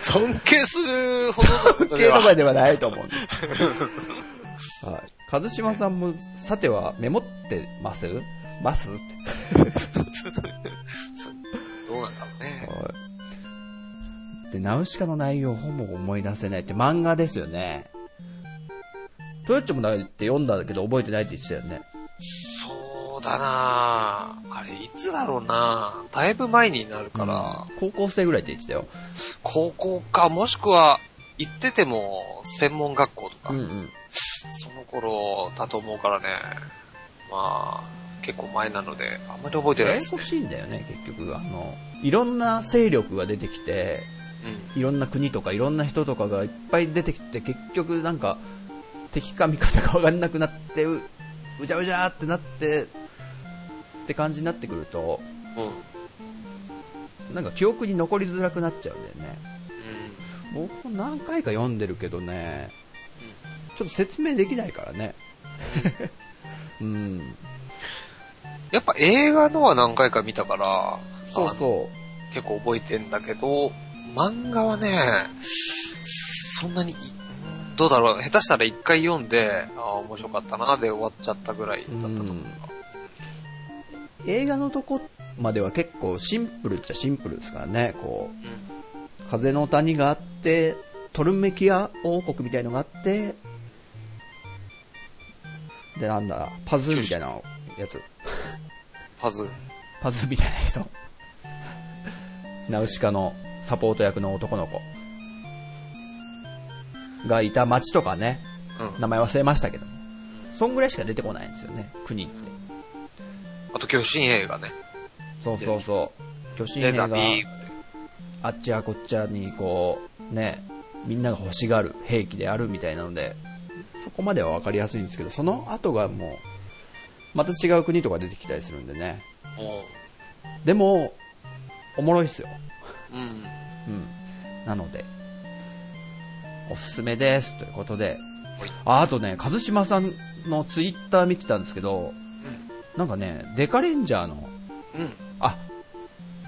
Speaker 1: 尊敬するほどのこと
Speaker 2: 敬
Speaker 1: で
Speaker 2: と
Speaker 1: は
Speaker 2: かではないと 思うんです。はい。一島さんも、さてはメモってますますって。
Speaker 1: どうなんだろうね。
Speaker 2: で、ナウシカの内容をほぼ思い出せないって漫画ですよね。トヨッチョもだって読んだけど覚えてないって言ってたよね。
Speaker 1: そうだなあれ、いつだろうなだいぶ前になるから、
Speaker 2: 高校生ぐらいって言ってたよ。
Speaker 1: 高校か、もしくは、行ってても、専門学校とか、
Speaker 2: うんうん。
Speaker 1: その頃だと思うからね。まあ、結構前なので、あんまり覚えて
Speaker 2: や
Speaker 1: ない
Speaker 2: や
Speaker 1: です
Speaker 2: こ
Speaker 1: ね。
Speaker 2: しいんだよね、結局。あの、いろんな勢力が出てきて、
Speaker 1: うん。
Speaker 2: いろんな国とかいろんな人とかがいっぱい出てきて、結局なんか、敵か味方かわかんなくなって、う、うじゃうじゃーってなって、って感じになってくると、
Speaker 1: うん。うん。
Speaker 2: なんか記憶に残りづらくなっちゃうんだよね。僕も何回か読んでるけどね、ちょっと説明できないからね。 うん。
Speaker 1: やっぱ映画のは何回か見たから、
Speaker 2: そう
Speaker 1: う
Speaker 2: そ
Speaker 1: 結構覚えてんだけど、漫画はね、そんなにい、うんどうだろう、下手したら一回読んで、ああ、面白かったな、で終わっちゃったぐらいだったと思うな
Speaker 2: うんう。映画のとこまでは結構シンプルっちゃシンプルですからね、こう、
Speaker 1: う
Speaker 2: 風の谷があって、トルメキア王国みたいのがあって、で、なんだ、パズーみたいなやつ。
Speaker 1: ん。パズ。
Speaker 2: パズーみたいな人。ナウシカのサポート役の男の子。がいた町とかね、
Speaker 1: うん。
Speaker 2: 名前忘れましたけど。そんぐらいしか出てこないんですよね、国って。
Speaker 1: あと、巨神映画ね。
Speaker 2: そうそうそう。巨神
Speaker 1: レ
Speaker 2: 兵
Speaker 1: ザ
Speaker 2: が
Speaker 1: ービームって。
Speaker 2: あっちやこっちやにこう、ね、みんなが欲しがる兵器であるみたいなので、そこまでは分かりやすいんですけど、その後がもう、また違う国とか出てきたりするんでね。
Speaker 1: も
Speaker 2: でも、おもろいっすよ。
Speaker 1: う、うん。
Speaker 2: うん。なので、おすすめです。ということで
Speaker 1: はい。
Speaker 2: あ、あとね、和島さんのツイッター見てたんですけど、なんかね、デカレンジャーの、
Speaker 1: うん。うん。
Speaker 2: あ、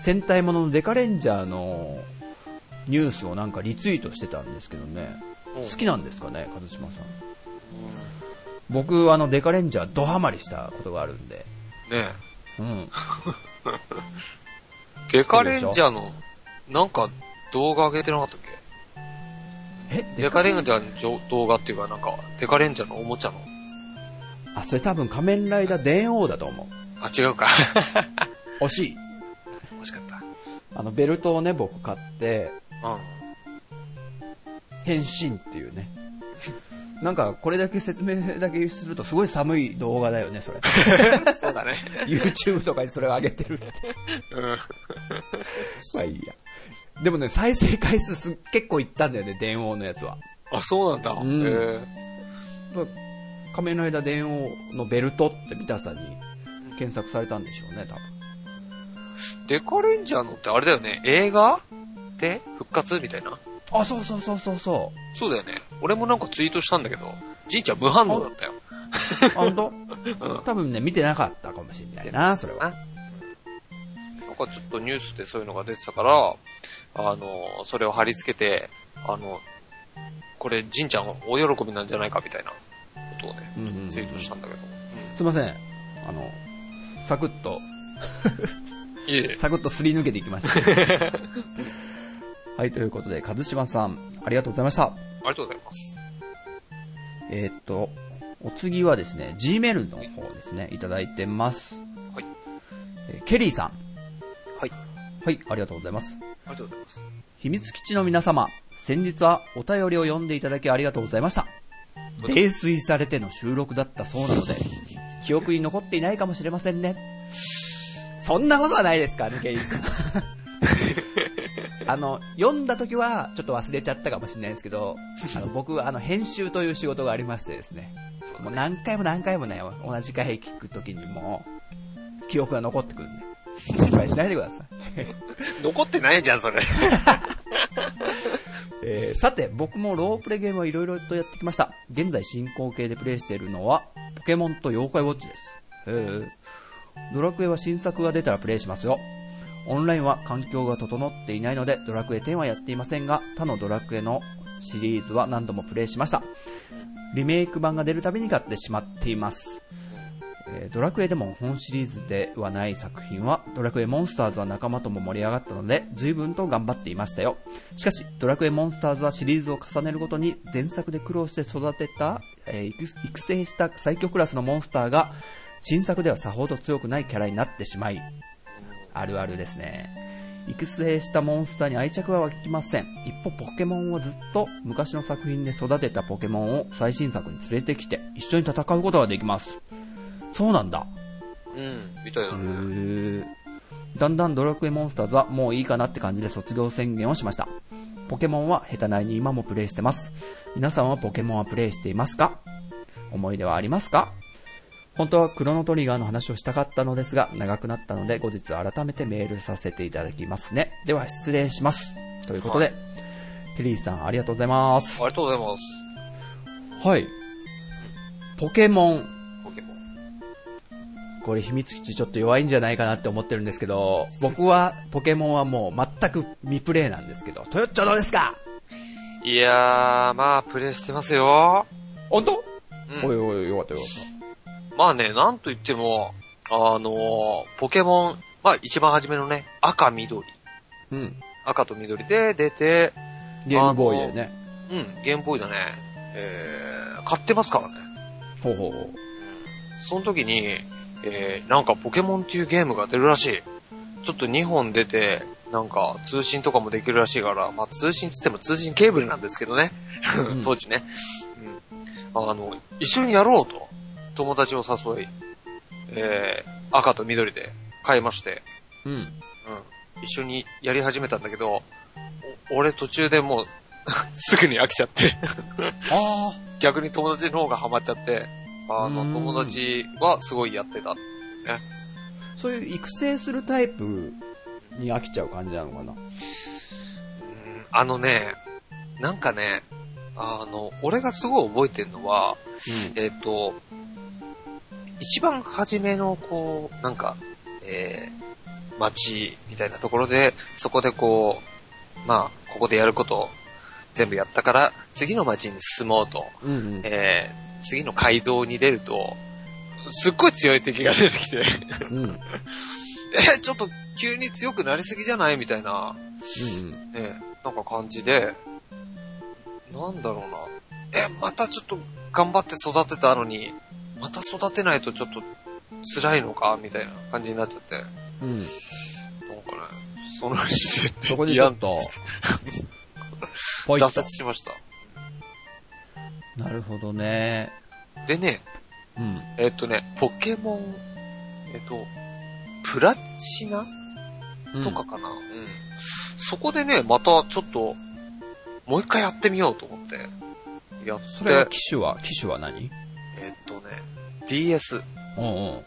Speaker 2: 戦隊もののデカレンジャーのニュースをなんかリツイートしてたんですけどね。
Speaker 1: お
Speaker 2: 好きなんですかね、一島さん。
Speaker 1: うん
Speaker 2: 僕、あの、デカレンジャードハマりしたことがあるんで。
Speaker 1: ねえ。
Speaker 2: うん。
Speaker 1: デカレンジャーの、なんか動画上げてなかったっけ
Speaker 2: え、
Speaker 1: デカレンジャーのじょ動画っていうか、なんか、デカレンジャーのおもちゃの。
Speaker 2: あ、それ多分仮面ライダー電王だと思
Speaker 1: あ、違 うか。
Speaker 2: う。惜しい。
Speaker 1: 惜しかった。
Speaker 2: あの、ベルトをね、僕買って、
Speaker 1: うん。
Speaker 2: 変身ってい うね。なんか、これだけ説明だけするとすごい寒い動画だよね、それ。
Speaker 1: そうだね。
Speaker 2: YouTube とかにそれを上げてるって。
Speaker 1: うん。
Speaker 2: まあいいや。でもね、再生回数す結構いったんだよね、電王のやつは。
Speaker 1: あ、そうなんだ。へ
Speaker 2: ん
Speaker 1: え
Speaker 2: 仮面ライダー電王のベルトって見たさに検索されたんでしょうね、多分。
Speaker 1: デカレンジャーのってあれだよね。映画で復活みたいな。
Speaker 2: あ、そうそうそうそうそ
Speaker 1: そうだよね。俺もなんかツイートしたんだけど、じいちゃん無反応だったよ。
Speaker 2: う。あ本当？多分ね、見てなかったかもしれないな、それは。
Speaker 1: なんかちょっとニュースでそういうのが出てたから、あの、それを貼り付けて、あの、これ、じんちゃん大喜びなんじゃないかみたいなことをね、
Speaker 2: うんうんうん
Speaker 1: ツイートしたんだけど。
Speaker 2: すいません。あの、サクッと、
Speaker 1: いえいえ、
Speaker 2: サクッとすり抜けていきました。 はい、ということで、和島さん、ありがとうございました。
Speaker 1: ありがとうございます。
Speaker 2: えーっと、お次はですね、Gmail の方ですね、いただいてます。
Speaker 1: はい。
Speaker 2: えーケリーさん。
Speaker 1: はい。
Speaker 2: はい、ありがとうございます。
Speaker 1: ありがとうございます。
Speaker 2: 秘密基地の皆様、先日はお便りを読んでいただきありがとうございました。泥酔されての収録だったそうなので、記憶に残っていないかもしれませんね。そんなことはないですか、ね、ケイ さん。あの、読んだ時はちょっと忘れちゃったかもしれないですけど、あの僕、あの、編集という仕事がありましてですね、もう何回も何回もね、同じ回聞く時にもう、記憶が残ってくるんで、心配しないでください。
Speaker 1: 残ってないじゃん、それ。
Speaker 2: えーさて、僕もロープレゲームはいろいろとやってきました。現在進行形でプレイしているのは、ポケモンと妖怪ウォッチです。へえドラクエは新作が出たらプレイしますよ。オンラインは環境が整っていないので、ドラクエ10はやっていませんが、他のドラクエのシリーズは何度もプレイしました。リメイク版が出るたびに買ってしまっています。えードラクエでも本シリーズではない作品は、ドラクエモンスターズは仲間とも盛り上がったので、随分と頑張っていましたよ。しかし、ドラクエモンスターズはシリーズを重ねるごとに、前作で苦労して育てた、えー育育成した最強クラスのモンスターが、新作ではさほど強くないキャラになってしまい、あるあるですね。育成したモンスターに愛着は湧きません。一方、ポケモンはずっと昔の作品で育てたポケモンを最新作に連れてきて、一緒に戦うことができます。そうなんだ。
Speaker 1: うん、みたいな
Speaker 2: へ
Speaker 1: ね。
Speaker 2: ーだんだんドラクエモンスターズはもういいかなって感じで卒業宣言をしました。ポケモンは下手ないに今もプレイしてます。皆さんはポケモンはプレイしていますか思い出はありますか本当はクロノトリガーの話をしたかったのですが、長くなったので後日改めてメールさせていただきますね。では失礼します。ということで、
Speaker 1: はい
Speaker 2: テリーさんありがとうございます。
Speaker 1: ありがとうございます。
Speaker 2: はい。ポケモン。
Speaker 1: ポケモン。
Speaker 2: これ秘密基地ちょっと弱いんじゃないかなって思ってるんですけど、僕はポケモンはもう全く未プレイなんですけど、トヨッチョどうですか
Speaker 1: いやー、まあ、プレイしてますよ。
Speaker 2: 本当、
Speaker 1: うん
Speaker 2: おいおい、よかったよか
Speaker 1: まあね、なんと言っても、あのーポケモン、まあ一番初めのね、赤、緑。
Speaker 2: った。うん。
Speaker 1: 赤と緑で出て、
Speaker 2: ゲームボーイだよね。
Speaker 1: うん、ゲームボーイだね。えー、買ってますからね。
Speaker 2: ほうほうほう。
Speaker 1: その時に、えー、なんかポケモンっていうゲームが出るらしい。ちょっと2本出て、なんか通信とかもできるらしいから、まあ通信つっても通信ケーブルなんですけどね
Speaker 2: うん。
Speaker 1: 当時ね、うん。あの、一緒にやろうと、友達を誘い、えー、赤と緑で買いまして、
Speaker 2: うん。
Speaker 1: うん。一緒にやり始めたんだけど、お俺途中でもう、 すぐに飽きちゃって。
Speaker 2: あ
Speaker 1: 逆に友達の方がハマっちゃって、あの、
Speaker 2: うん
Speaker 1: 友達はすごいやってた。
Speaker 2: あ、そういう育成するタイプに飽きちゃう感じなのかな。
Speaker 1: あのね、なんかね、あの、俺がすごい覚えてるのは、えっ、と、一番初めの、こう、なんか、えー、街みたいなところで、そこでこう、まあ、ここでやること、全部やったから、次の街に進もうと。
Speaker 2: うん。うんうん。
Speaker 1: えー、次の街道に出ると、すっごい強い敵が出てき て、
Speaker 2: うん。うん。
Speaker 1: え、ちょっと急に強くなりすぎじゃないみたいな、
Speaker 2: うん。
Speaker 1: ね、なんか感じで、なんだろうな。え、またちょっと頑張って育てたのに、また育てないとちょっと辛いのかみたいな感じになっちゃって、なんか
Speaker 2: うん。
Speaker 1: ね、その時点で
Speaker 2: そこにちょっと、ポイ ッ
Speaker 1: 挫
Speaker 2: と
Speaker 1: 折。しました。
Speaker 2: なるほどね。
Speaker 1: でね、
Speaker 2: うん。
Speaker 1: えっとね、ポケモン、えっと、プラチナ
Speaker 2: うん
Speaker 1: とか。かな、うん、そこでね、またちょっと、もう一回やってみようと思って、やって、
Speaker 2: それは機種は、機種は何
Speaker 1: えっとね、DS。
Speaker 2: うんうん。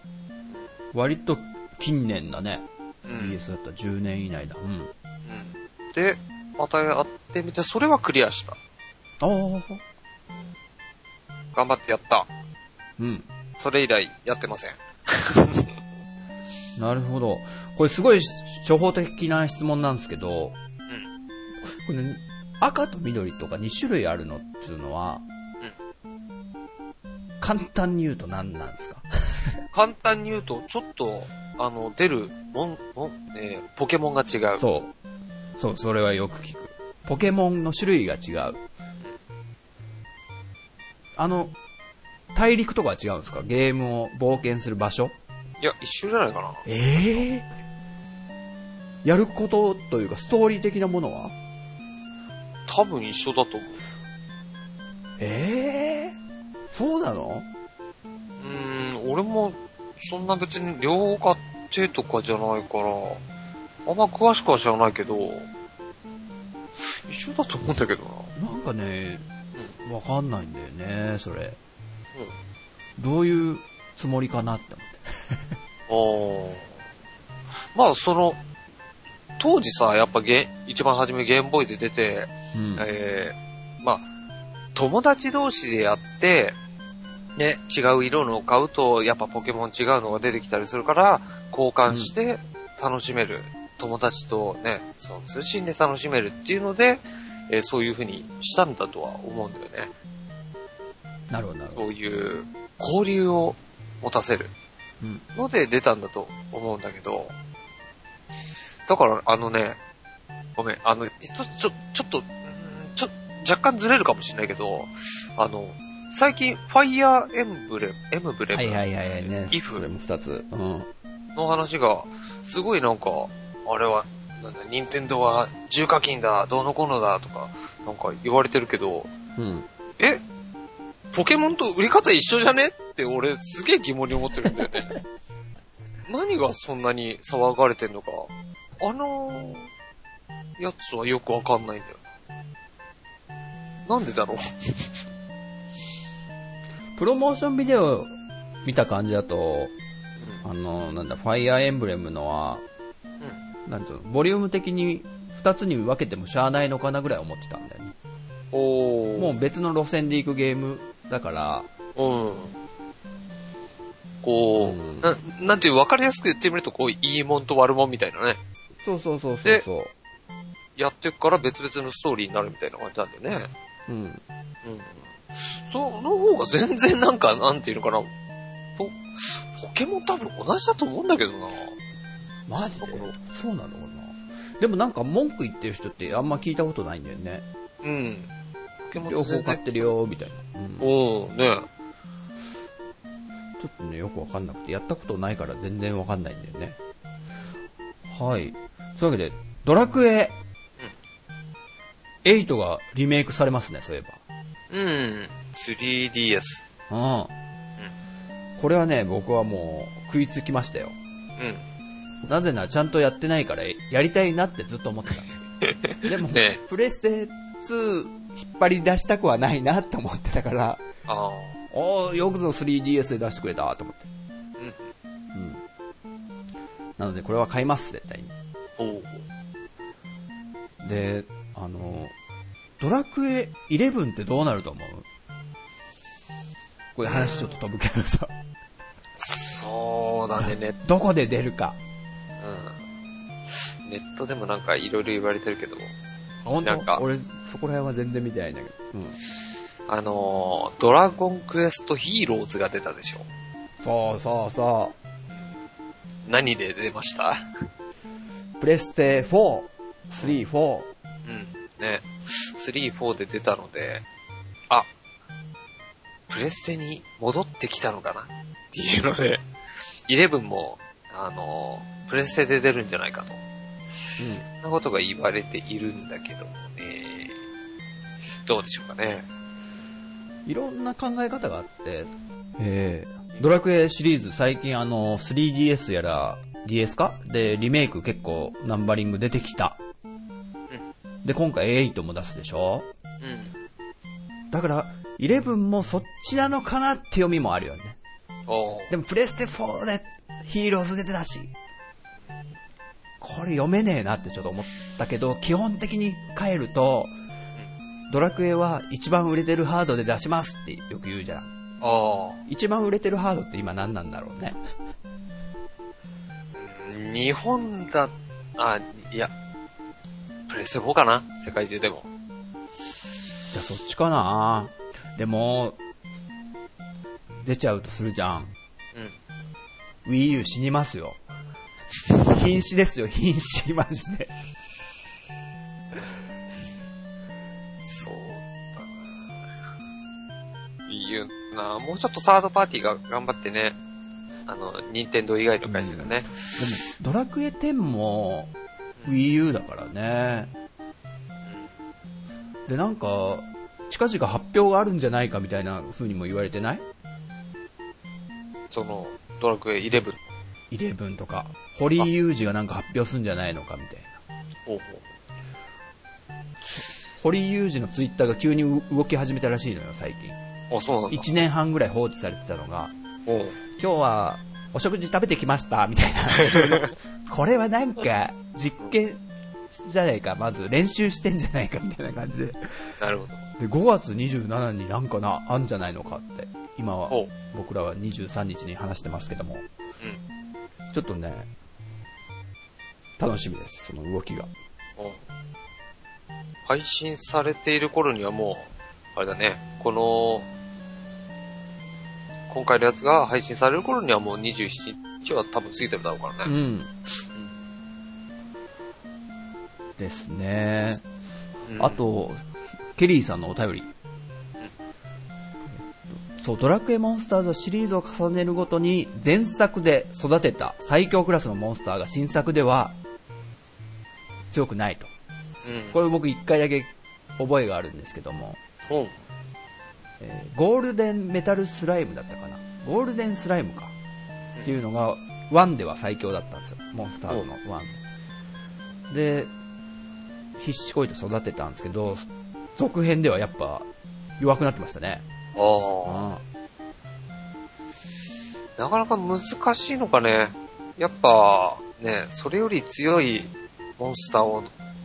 Speaker 2: 割と近年だね。
Speaker 1: うん
Speaker 2: DS だったら10年以内だ。うん。
Speaker 1: うんで、またやってみて、それはクリアした。
Speaker 2: ああ。
Speaker 1: 頑張ってやった。
Speaker 2: うん。
Speaker 1: それ以来やってません。
Speaker 2: なるほど。これすごい処方的な質問なんですけど、これ赤と緑とか2種類あるのっていうのは、簡単に言うと何なんですか
Speaker 1: 簡単に言うと、ちょっと、あの、出るもん、もん、えーポケモンが違う。
Speaker 2: そう。そう、それはよく聞く。ポケモンの種類が違う。あの、大陸とかは違うんですかゲームを冒険する場所
Speaker 1: いや、一緒じゃないかな。
Speaker 2: ええやることというか、ストーリー的なものは
Speaker 1: 多分一緒だと思う。
Speaker 2: ええそうなの
Speaker 1: うーん、俺も、そんな別に両方買ってとかじゃないから、あんま詳しくは知らないけど、一緒だと思うんだけどな。
Speaker 2: なんかね、わかんないんだよね、それ。どういうつもりかなって思って。
Speaker 1: あーまあ、その、当時さ、やっぱゲ、一番初めゲームボーイで出て、
Speaker 2: うん
Speaker 1: えー、まあ、友達同士でやって、ね、違う色のを買うと、やっぱポケモン違うのが出てきたりするから、交換して楽しめる。友達とね、その通信で楽しめるっていうので、えーそういう風にしたんだとは思うんだよね。
Speaker 2: なるほど、なるほど。
Speaker 1: そういう交流を持たせる
Speaker 2: うん
Speaker 1: ので出たんだと思うんだけど、だからあのね、ごめん、あの、ちょ、ちょ、ちょっと、うんちょ、若干ずれるかもしれないけど、あの、最近、ファイヤーエンブレム、エムブレム、
Speaker 2: はいはいはいはいね。
Speaker 1: イフ
Speaker 2: それも二つ。うん。
Speaker 1: の話が、すごいなんか、あれは、なんだ、任天堂は重課金だ、どうのこうのだとか、なんか言われてるけど、
Speaker 2: うん。
Speaker 1: えポケモンと売り方一緒じゃねって俺すげえ疑問に思ってるんだよ ね。何がそんなに騒がれてんのか、あのやつはよくわかんないんだよ。なんでだろう
Speaker 2: プロモーションビデオ見た感じだと、あの、なんだ、ファイアーエンブレムのは、なんていうの、ボリューム的に二つに分けてもしゃあないのかなぐらい思ってたんだよね。
Speaker 1: お
Speaker 2: もう別の路線で行くゲームだから、
Speaker 1: うん。こう、
Speaker 2: うん
Speaker 1: ななんていう、わかりやすく言ってみると、こう、いいもんと悪もんみたいなね。
Speaker 2: そうそうそうそうそ
Speaker 1: やってくから別々のストーリーになるみたいな感じなんだよね。
Speaker 2: う。うん。
Speaker 1: うん。その方が全然なんか、なんていうのかな。ポ、ポケモン多分同じだと思うんだけどな。
Speaker 2: マジで
Speaker 1: だから
Speaker 2: そうなのかなでもなんか文句言ってる人ってあんま聞いたことないんだよね。
Speaker 1: うん。ポケモン
Speaker 2: 両方買ってるよ、みたいな。うん。
Speaker 1: おうん、ね
Speaker 2: ちょっとね、よくわかんなくて、やったことないから全然わかんないんだよね。はい。そういうわけで、ドラクエ、8がリメイクされますね、そういえ
Speaker 1: うん。3DS。
Speaker 2: ば。うん。これはね、僕はもう食いつきましたよ。
Speaker 1: う
Speaker 2: なぜならちゃんとやってないから、やりたいなってずっと思って た。でも、
Speaker 1: ね
Speaker 2: プレステ2引っ張り出したくはないなって思ってたから、
Speaker 1: ん。ああ。
Speaker 2: おー、よくぞ 3DS で出してくれたと思って。うん。なので、これは買います、絶対に。
Speaker 1: おう。
Speaker 2: で、あの、ドラクエ11ってどうなると思うこれ話ちょっと飛ぶけ どさ、
Speaker 1: そうだね、ネッ
Speaker 2: どこで出るか。
Speaker 1: うん。ネットでもなんかいろいろ言われてるけど、
Speaker 2: 本
Speaker 1: なんか
Speaker 2: 当俺、そこら辺は全然見てないんだけど。うん。
Speaker 1: あのードラゴンクエストヒーローズが出たでしょ。
Speaker 2: そうそうそ
Speaker 1: 何で出ました
Speaker 2: う。プレステ4、3、4。
Speaker 1: うん。ね。3、4で出たので、あ、プレステに戻ってきたのかなっていうので、11も、あのープレステで出るんじゃないかと。そんなことが言われているんだけどもね。どうでしょうかね。
Speaker 2: いろんな考え方があって、えー、ドラクエシリーズ最近あの、3DS やら DS かで、リメイク結構ナンバリング出てきた。で、今回8も出すでしょ
Speaker 1: うん。
Speaker 2: だから、11もそっちなのかなって読みもあるよね。
Speaker 1: おー
Speaker 2: でも、プレステ4でヒーローズ出てたし、これ読めねえなってちょっと思ったけど、基本的に帰ると、ドラクエは一番売れてるハードで出しますってよく言うじゃん。
Speaker 1: あ
Speaker 2: 一番売れてるハードって今何なんだろうね。
Speaker 1: ー日本だ、あ、いや、プレステ4かな世界中でも。
Speaker 2: じゃあそっちかなでも、出ちゃうとするじゃん。
Speaker 1: うん。
Speaker 2: Wii U 死にますよ。瀕死ですよ、瀕死、マジで。
Speaker 1: そうだな。いいよな。もうちょっとサードパーティーが頑張ってね。あの、任天堂以外の会社がね。
Speaker 2: でも、ドラクエ10も Wii U だからね。で、なんか、近々発表があるんじゃないかみたいな風にも言われてない
Speaker 1: その、ドラクエ11。
Speaker 2: ?11 とか、堀井雄二がなんか発表するんじゃないのかみたいな。
Speaker 1: ほう
Speaker 2: 堀井雄二のツイッターが急にう動き始めたらしいのよ、最近。
Speaker 1: ほう。あ、そうなんだ。
Speaker 2: 1年半ぐらい放置されてたのが、
Speaker 1: おう
Speaker 2: 今日はお食事食べてきました、みたいな。これはなんか、実験じゃないか、まず練習してんじゃないか、みたいな感じで。
Speaker 1: なるほど。
Speaker 2: で、5月27日になんかな、あんじゃないのかって。今は
Speaker 1: おう
Speaker 2: 僕らは23日に話してますけども、
Speaker 1: うん。
Speaker 2: ちょっとね、楽しみです、その動きが。
Speaker 1: お配信されている頃にはもう、あれだね、この、今回のやつが配信される頃にはもう27日は多分過ぎてるだろうから
Speaker 2: う
Speaker 1: ね。
Speaker 2: ん。ですね。
Speaker 1: うん
Speaker 2: あ、と、ケリーさんのお便り。そう、ドラクエモンスターズはシリーズを重ねるごとに、前作で育てた最強クラスのモンスターが新作では、強くないと。
Speaker 1: うん。
Speaker 2: これ僕一回だけ覚えがあるんですけども、
Speaker 1: おう
Speaker 2: えーゴールデンメタルスライムだったかな。ゴールデンスライムか。っていうのが、1では最強だったんですよ。モンスターズの1で。で、必死こいて育てたんですけど、続編ではやっぱ弱くなってましたね。
Speaker 1: ああ、なかなか難しいのかね。やっぱ、ね、それより強いモンスターを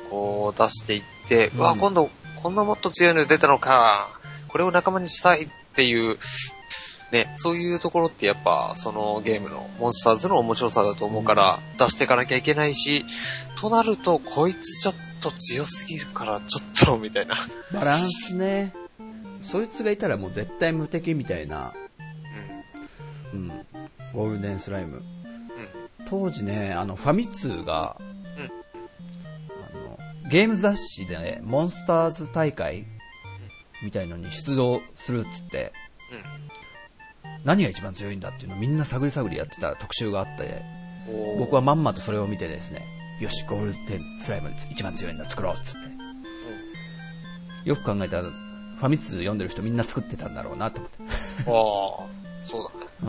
Speaker 1: こう出していって、
Speaker 2: う
Speaker 1: うんわ、今度こんなもっと強いの出たのか、これを仲間にしたいっていう、ね、そういうところってやっぱそのゲームのモンスターズの面白さだと思うから出していかなきゃいけないし、となるとこいつちょっと強すぎるからちょっとみたいな。
Speaker 2: バランスね。そいつがいたらもう絶対無敵みたいな、うん、ゴールデンスライム。当時ね、あの、ファミ通が、
Speaker 1: うん
Speaker 2: あの、ゲーム雑誌で、ね、モンスターズ大会みたいのに出動するっつって、何が一番強いんだっていうのをみんな探り探りやってた特集があって、
Speaker 1: うん。うん。
Speaker 2: 僕はまんまとそれを見てですね、よし、ゴールデンスライムで一番強いんだ、作ろうっつって。よく考えたら、ファミ通読んでる人みんな作ってたんだろうなと思って。
Speaker 1: おーああ、そうだね。
Speaker 2: う
Speaker 1: ゴ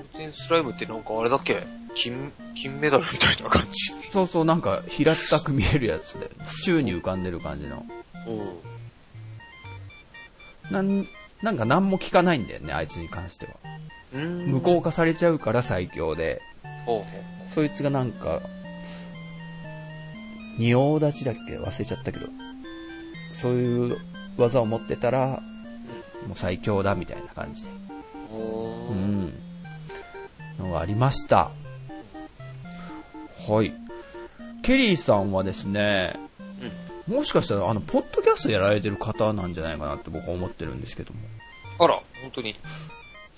Speaker 1: ールデンスライムってなんかあれだっけ金、金メダルみたいな感じ。
Speaker 2: ん。そうそう、なんか平たく見えるやつで、宙に浮かんでる感じの。
Speaker 1: うん。
Speaker 2: なん、なんか何も聞かないんだよね、あいつに関しては。
Speaker 1: うん。
Speaker 2: 無効化されちゃうから最強で、
Speaker 1: ほう
Speaker 2: そいつがなんか、仁王立ちだっけ忘れちゃったけど、そういう技を持ってたら、もう最強だみたいな感じで。
Speaker 1: ほうほ
Speaker 2: う
Speaker 1: う。
Speaker 2: ん。のがありました。はい。ケリーさんはですね、もしかしたら、あの、ポッドキャストやられてる方なんじゃないかなって僕は思ってるんですけども。
Speaker 1: あら、本当に。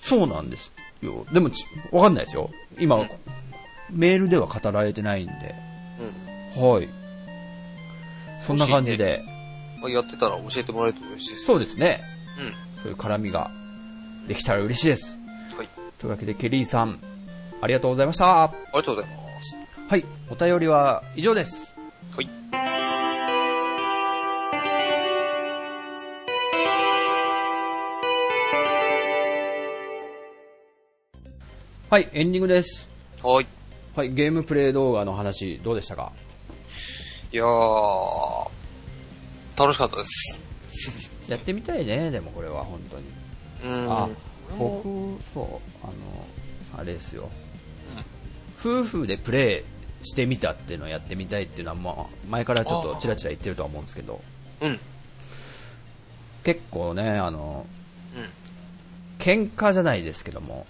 Speaker 2: そうなんですよ。でもち、わかんないですよ。今、
Speaker 1: うん
Speaker 2: メールでは語られてないんで。
Speaker 1: うん。
Speaker 2: はい。そんな感じで、
Speaker 1: まあやってたら教えてもらえると嬉しいです。
Speaker 2: そうですね。
Speaker 1: うん。
Speaker 2: そういう絡みができたら嬉しいです。
Speaker 1: はい。
Speaker 2: というわけで、ケリーさん、ありがとうございました。
Speaker 1: ありがとうございます。
Speaker 2: はい、お便りは以上です。
Speaker 1: はい。
Speaker 2: はい、エンディングです。
Speaker 1: はい。
Speaker 2: はい、ゲームプレイ動画の話、どうでしたか
Speaker 1: いやー、楽しかったです。
Speaker 2: やってみたいね、でもこれは本当に。
Speaker 1: うん。
Speaker 2: あ、僕、そう、あの、あれですよ。夫婦でプレイしてみたっていうのをやってみたいっていうのは、まあ、前からちょっとチラチラ言ってるとは思うんですけど、
Speaker 1: うん。うん。
Speaker 2: 結構ね、あの、喧嘩じゃないですけど も、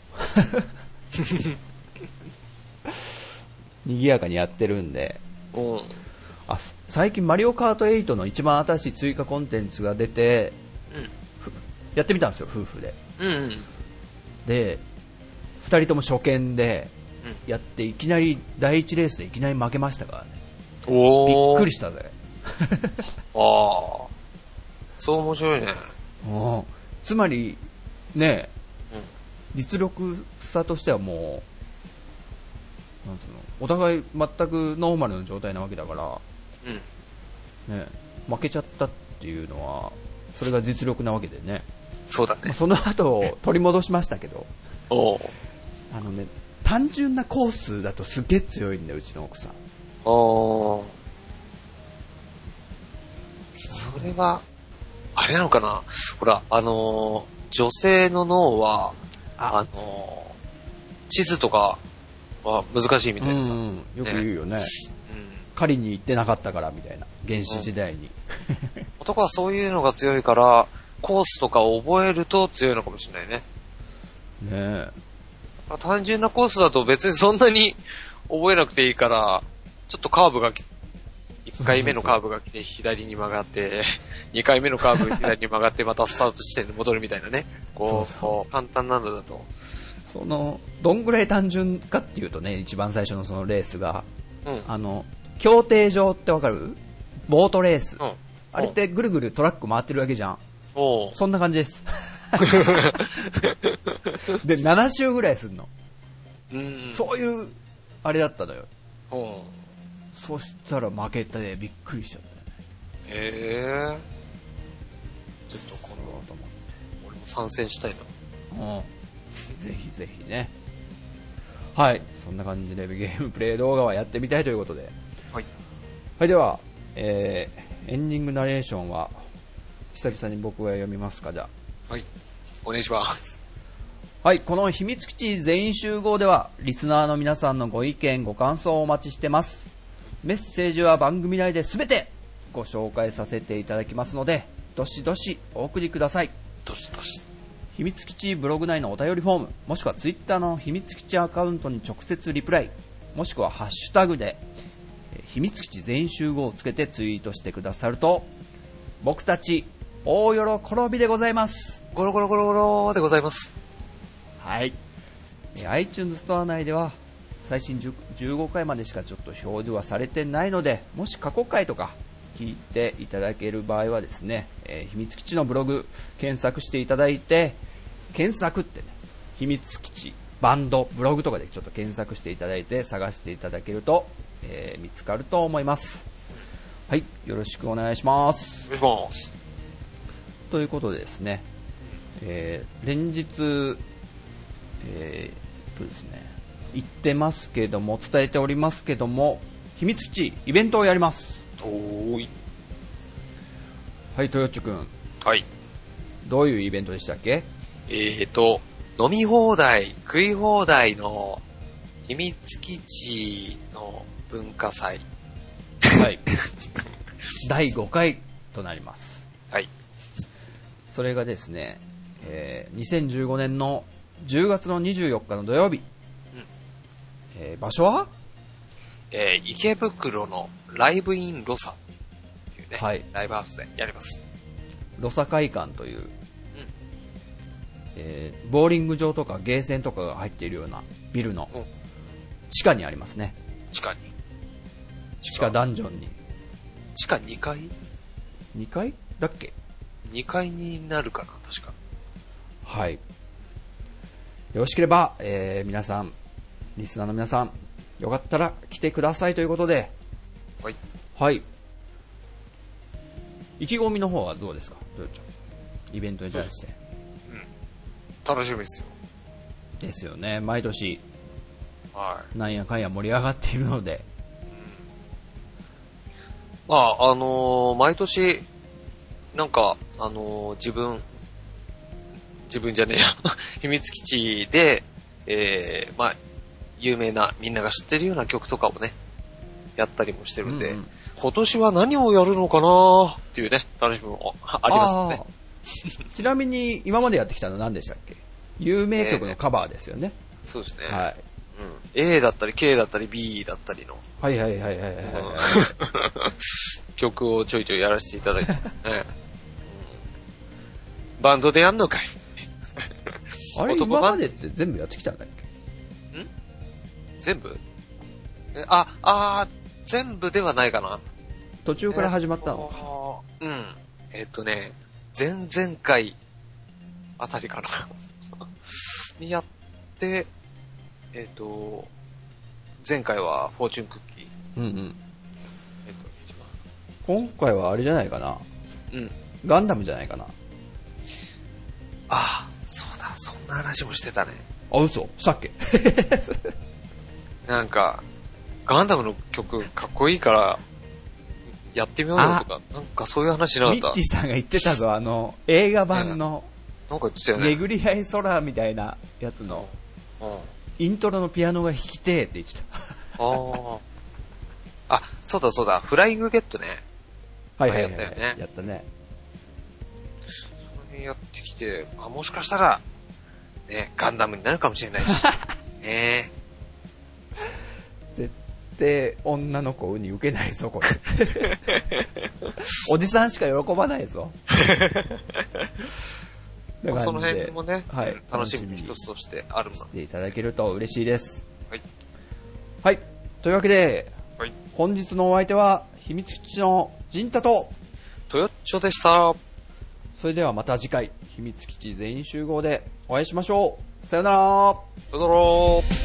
Speaker 2: 賑やかにやってるんで、
Speaker 1: うん。
Speaker 2: あ最近マリオカート8の一番新しい追加コンテンツが出て、ふやってみたんですよ、夫婦で。
Speaker 1: うん。うん。
Speaker 2: で、2人とも初見でやって、いきなり第1レースでいきなり負けましたからね。び
Speaker 1: お
Speaker 2: っ
Speaker 1: ー。
Speaker 2: くりしたぜ。
Speaker 1: た。あー。そう面白いね。
Speaker 2: うんつまり、ね
Speaker 1: うん、
Speaker 2: 実力差としてはもう、なんつうの、お互い全くノーマルの状態なわけだから、
Speaker 1: うん。
Speaker 2: ね、負けちゃったっていうのは、それが実力なわけでね、
Speaker 1: そうだ
Speaker 2: まあ
Speaker 1: ね。
Speaker 2: その後取り戻しましたけど、
Speaker 1: おー。
Speaker 2: あのね、単純なコースだとすげえ強いんだよ、うちの奥さん。
Speaker 1: あーそれは、あれなのかなほら、あのー女性の脳は、あのー地図とかは難しいみたいなさ。うん。
Speaker 2: よく言うよね。狩りに行ってなかったからみたいな、原始時代に。
Speaker 1: 男はそういうのが強いから、コースとかを覚えると強いのかもしれないね。
Speaker 2: ねえ。
Speaker 1: まあ、単純なコースだと別にそんなに覚えなくていいから、ちょっとカーブがき、1回目のカーブが来て左に曲がって、2回 目のカーブ左に曲がってまたスタート地点に戻るみたいなね。こう、
Speaker 2: そうそう
Speaker 1: こう簡単なのだと。
Speaker 2: その、どんぐらい単純かっていうとね、一番最初のそのレースが、
Speaker 1: うん。
Speaker 2: あの、競艇場ってわかるボートレース。
Speaker 1: うん。
Speaker 2: あれってぐるぐるトラック回ってるわけじゃん。
Speaker 1: おう。
Speaker 2: そんな感 じです。で、7周ぐらいすんの。
Speaker 1: うん。
Speaker 2: そういう、あれだったのよ。
Speaker 1: おう。
Speaker 2: そしたら負けてびっくりしちゃったよ
Speaker 1: へ
Speaker 2: ね。
Speaker 1: え。
Speaker 2: ちょっとこれはと思って。
Speaker 1: 俺も参戦したいな。
Speaker 2: うん、ぜひぜひね。はい、そんな感じでゲームプレイ動画はやってみたいということで。
Speaker 1: はい。
Speaker 2: はい、では、えー、エンディングナレーションは、久々に僕が読みますか、じゃあ。
Speaker 1: はい。お願いします。
Speaker 2: はい、この秘密基地全員集合では、リスナーの皆さんのご意見、ご感想をお待ちしてます。メッセージは番組内で全てご紹介させていただきますので、どしどしお送りください。
Speaker 1: どしどし。
Speaker 2: 秘密基地ブログ内のお便りフォームもしくはツイッターの秘密基地アカウントに直接リプライもしくはハッシュタグでえー秘密基地全員集合をつけてツイートしてくださると僕たち大喜びでございます
Speaker 1: ゴロゴロゴロゴロでございます。
Speaker 2: はいえー iTunes ストア内では最新10 15回までしかちょっと表示はされてないのでもし過去回とか聞いていただける場合はですね、えー秘密基地のブログ検索していただいて検索ってね秘密基地バンドブログとかでちょっと検索していただいて探していただけると、えー見つかると思いますはいよろしくお願いしま
Speaker 1: お
Speaker 2: す
Speaker 1: 願いします。
Speaker 2: ということでですね、えー連日、えーっとですね、言ってますけども、伝えておりますけども、秘密基地、イベントをやります。
Speaker 1: おーい。
Speaker 2: はい、豊地君、
Speaker 1: はい。
Speaker 2: どういうイベントでしたっけ
Speaker 1: えーと、飲み放題、食い放題の秘密基地の文化祭。
Speaker 2: はい。第5回となります。
Speaker 1: はい。
Speaker 2: それがですね、えー2015年の10月の24日の土曜日、えー場所は
Speaker 1: えー池袋のライブインロサっていうね、
Speaker 2: はい
Speaker 1: ライブハウスでやります。
Speaker 2: ロサ会館という、えーボーリング場とかゲーセンとかが入っているようなビルの
Speaker 1: うん
Speaker 2: 地下にありますね
Speaker 1: 地下に。
Speaker 2: 地下ダンジョンに
Speaker 1: 地下2階
Speaker 2: 2階だっけ
Speaker 1: ?2 階になるかな、確か。
Speaker 2: はいよろしければ、えー皆さんリスナーの皆さんよかったら来てくださいということで
Speaker 1: はい。
Speaker 2: はい意気込みの方はどうですかどうちゃんイベントに対して
Speaker 1: 楽しみですよ。
Speaker 2: ですよね毎年
Speaker 1: は
Speaker 2: なんやかんや盛り上がっているので
Speaker 1: い。まあ、あのー毎年、なんか、あのー自分、自分じゃねえや、 秘密基地で、えー、まあ、有名な、みんなが知ってるような曲とかをね、やったりもしてるんで、
Speaker 2: うんうん
Speaker 1: 今年は何をやるのかなっていうね、楽しみもあありますね。
Speaker 2: あーちなみに今までやってきたのは何でしたっけ有名曲のカバーですよね、
Speaker 1: そうですね、
Speaker 2: はい、
Speaker 1: うん。A だったり K だったり B だったりの
Speaker 2: はいはいはいはいはいはい、
Speaker 1: 曲をちょいちょいやらせていただ いて、ねうんバンドでやんのかい
Speaker 2: あれ
Speaker 1: 男版
Speaker 2: 今までって全部やってきたんだっけ
Speaker 1: 全部えあ、あー全部ではないかな。
Speaker 2: 途中から始まったの、
Speaker 1: えっとうん。えっとね、前々回あたりかな。 にやって、えっと、前回はフォーチュンクッキー。
Speaker 2: うんうん、
Speaker 1: えっと一番
Speaker 2: 今回はあれじゃないかな
Speaker 1: うん。
Speaker 2: ガンダムじゃないかな
Speaker 1: ああ、そうだ、そんな話もしてたね。
Speaker 2: あ嘘したっけ
Speaker 1: なんか、ガンダムの曲かっこいいから、やってみようよとか、なんかそういう話しなかっ
Speaker 2: ミ
Speaker 1: た
Speaker 2: ッ。チーさんが言ってたぞあの映画版の
Speaker 1: なんか言ってたよ
Speaker 2: 「
Speaker 1: ね。
Speaker 2: 巡り合い空」みたいなやつの
Speaker 1: うん。あ
Speaker 2: イントロのピアノが弾きてえって言ってた
Speaker 1: あ。あ、そうだそうだ、フライングゲットね。
Speaker 2: はい
Speaker 1: はいはい
Speaker 2: やったね
Speaker 1: その辺やってきて、まあ、もしかしたら、ね、ガンダムになるかもしれない し、ね
Speaker 2: 絶対女の子に受けないぞ、これ。 おじさんしか喜ばないぞ。
Speaker 1: ま
Speaker 2: だ
Speaker 1: あ
Speaker 2: から
Speaker 1: その辺もね、
Speaker 2: はい
Speaker 1: うん楽しみの一つとしてあるの
Speaker 2: し。ていただけると嬉しいです。
Speaker 1: はい。
Speaker 2: はい。というわけで、
Speaker 1: はい。
Speaker 2: 本日のお相手は、秘密基地の陣太と、
Speaker 1: トヨッチョでした。
Speaker 2: それではまた次回、秘密基地全員集合でお会いしましょう。さよなら。
Speaker 1: どうぞろー。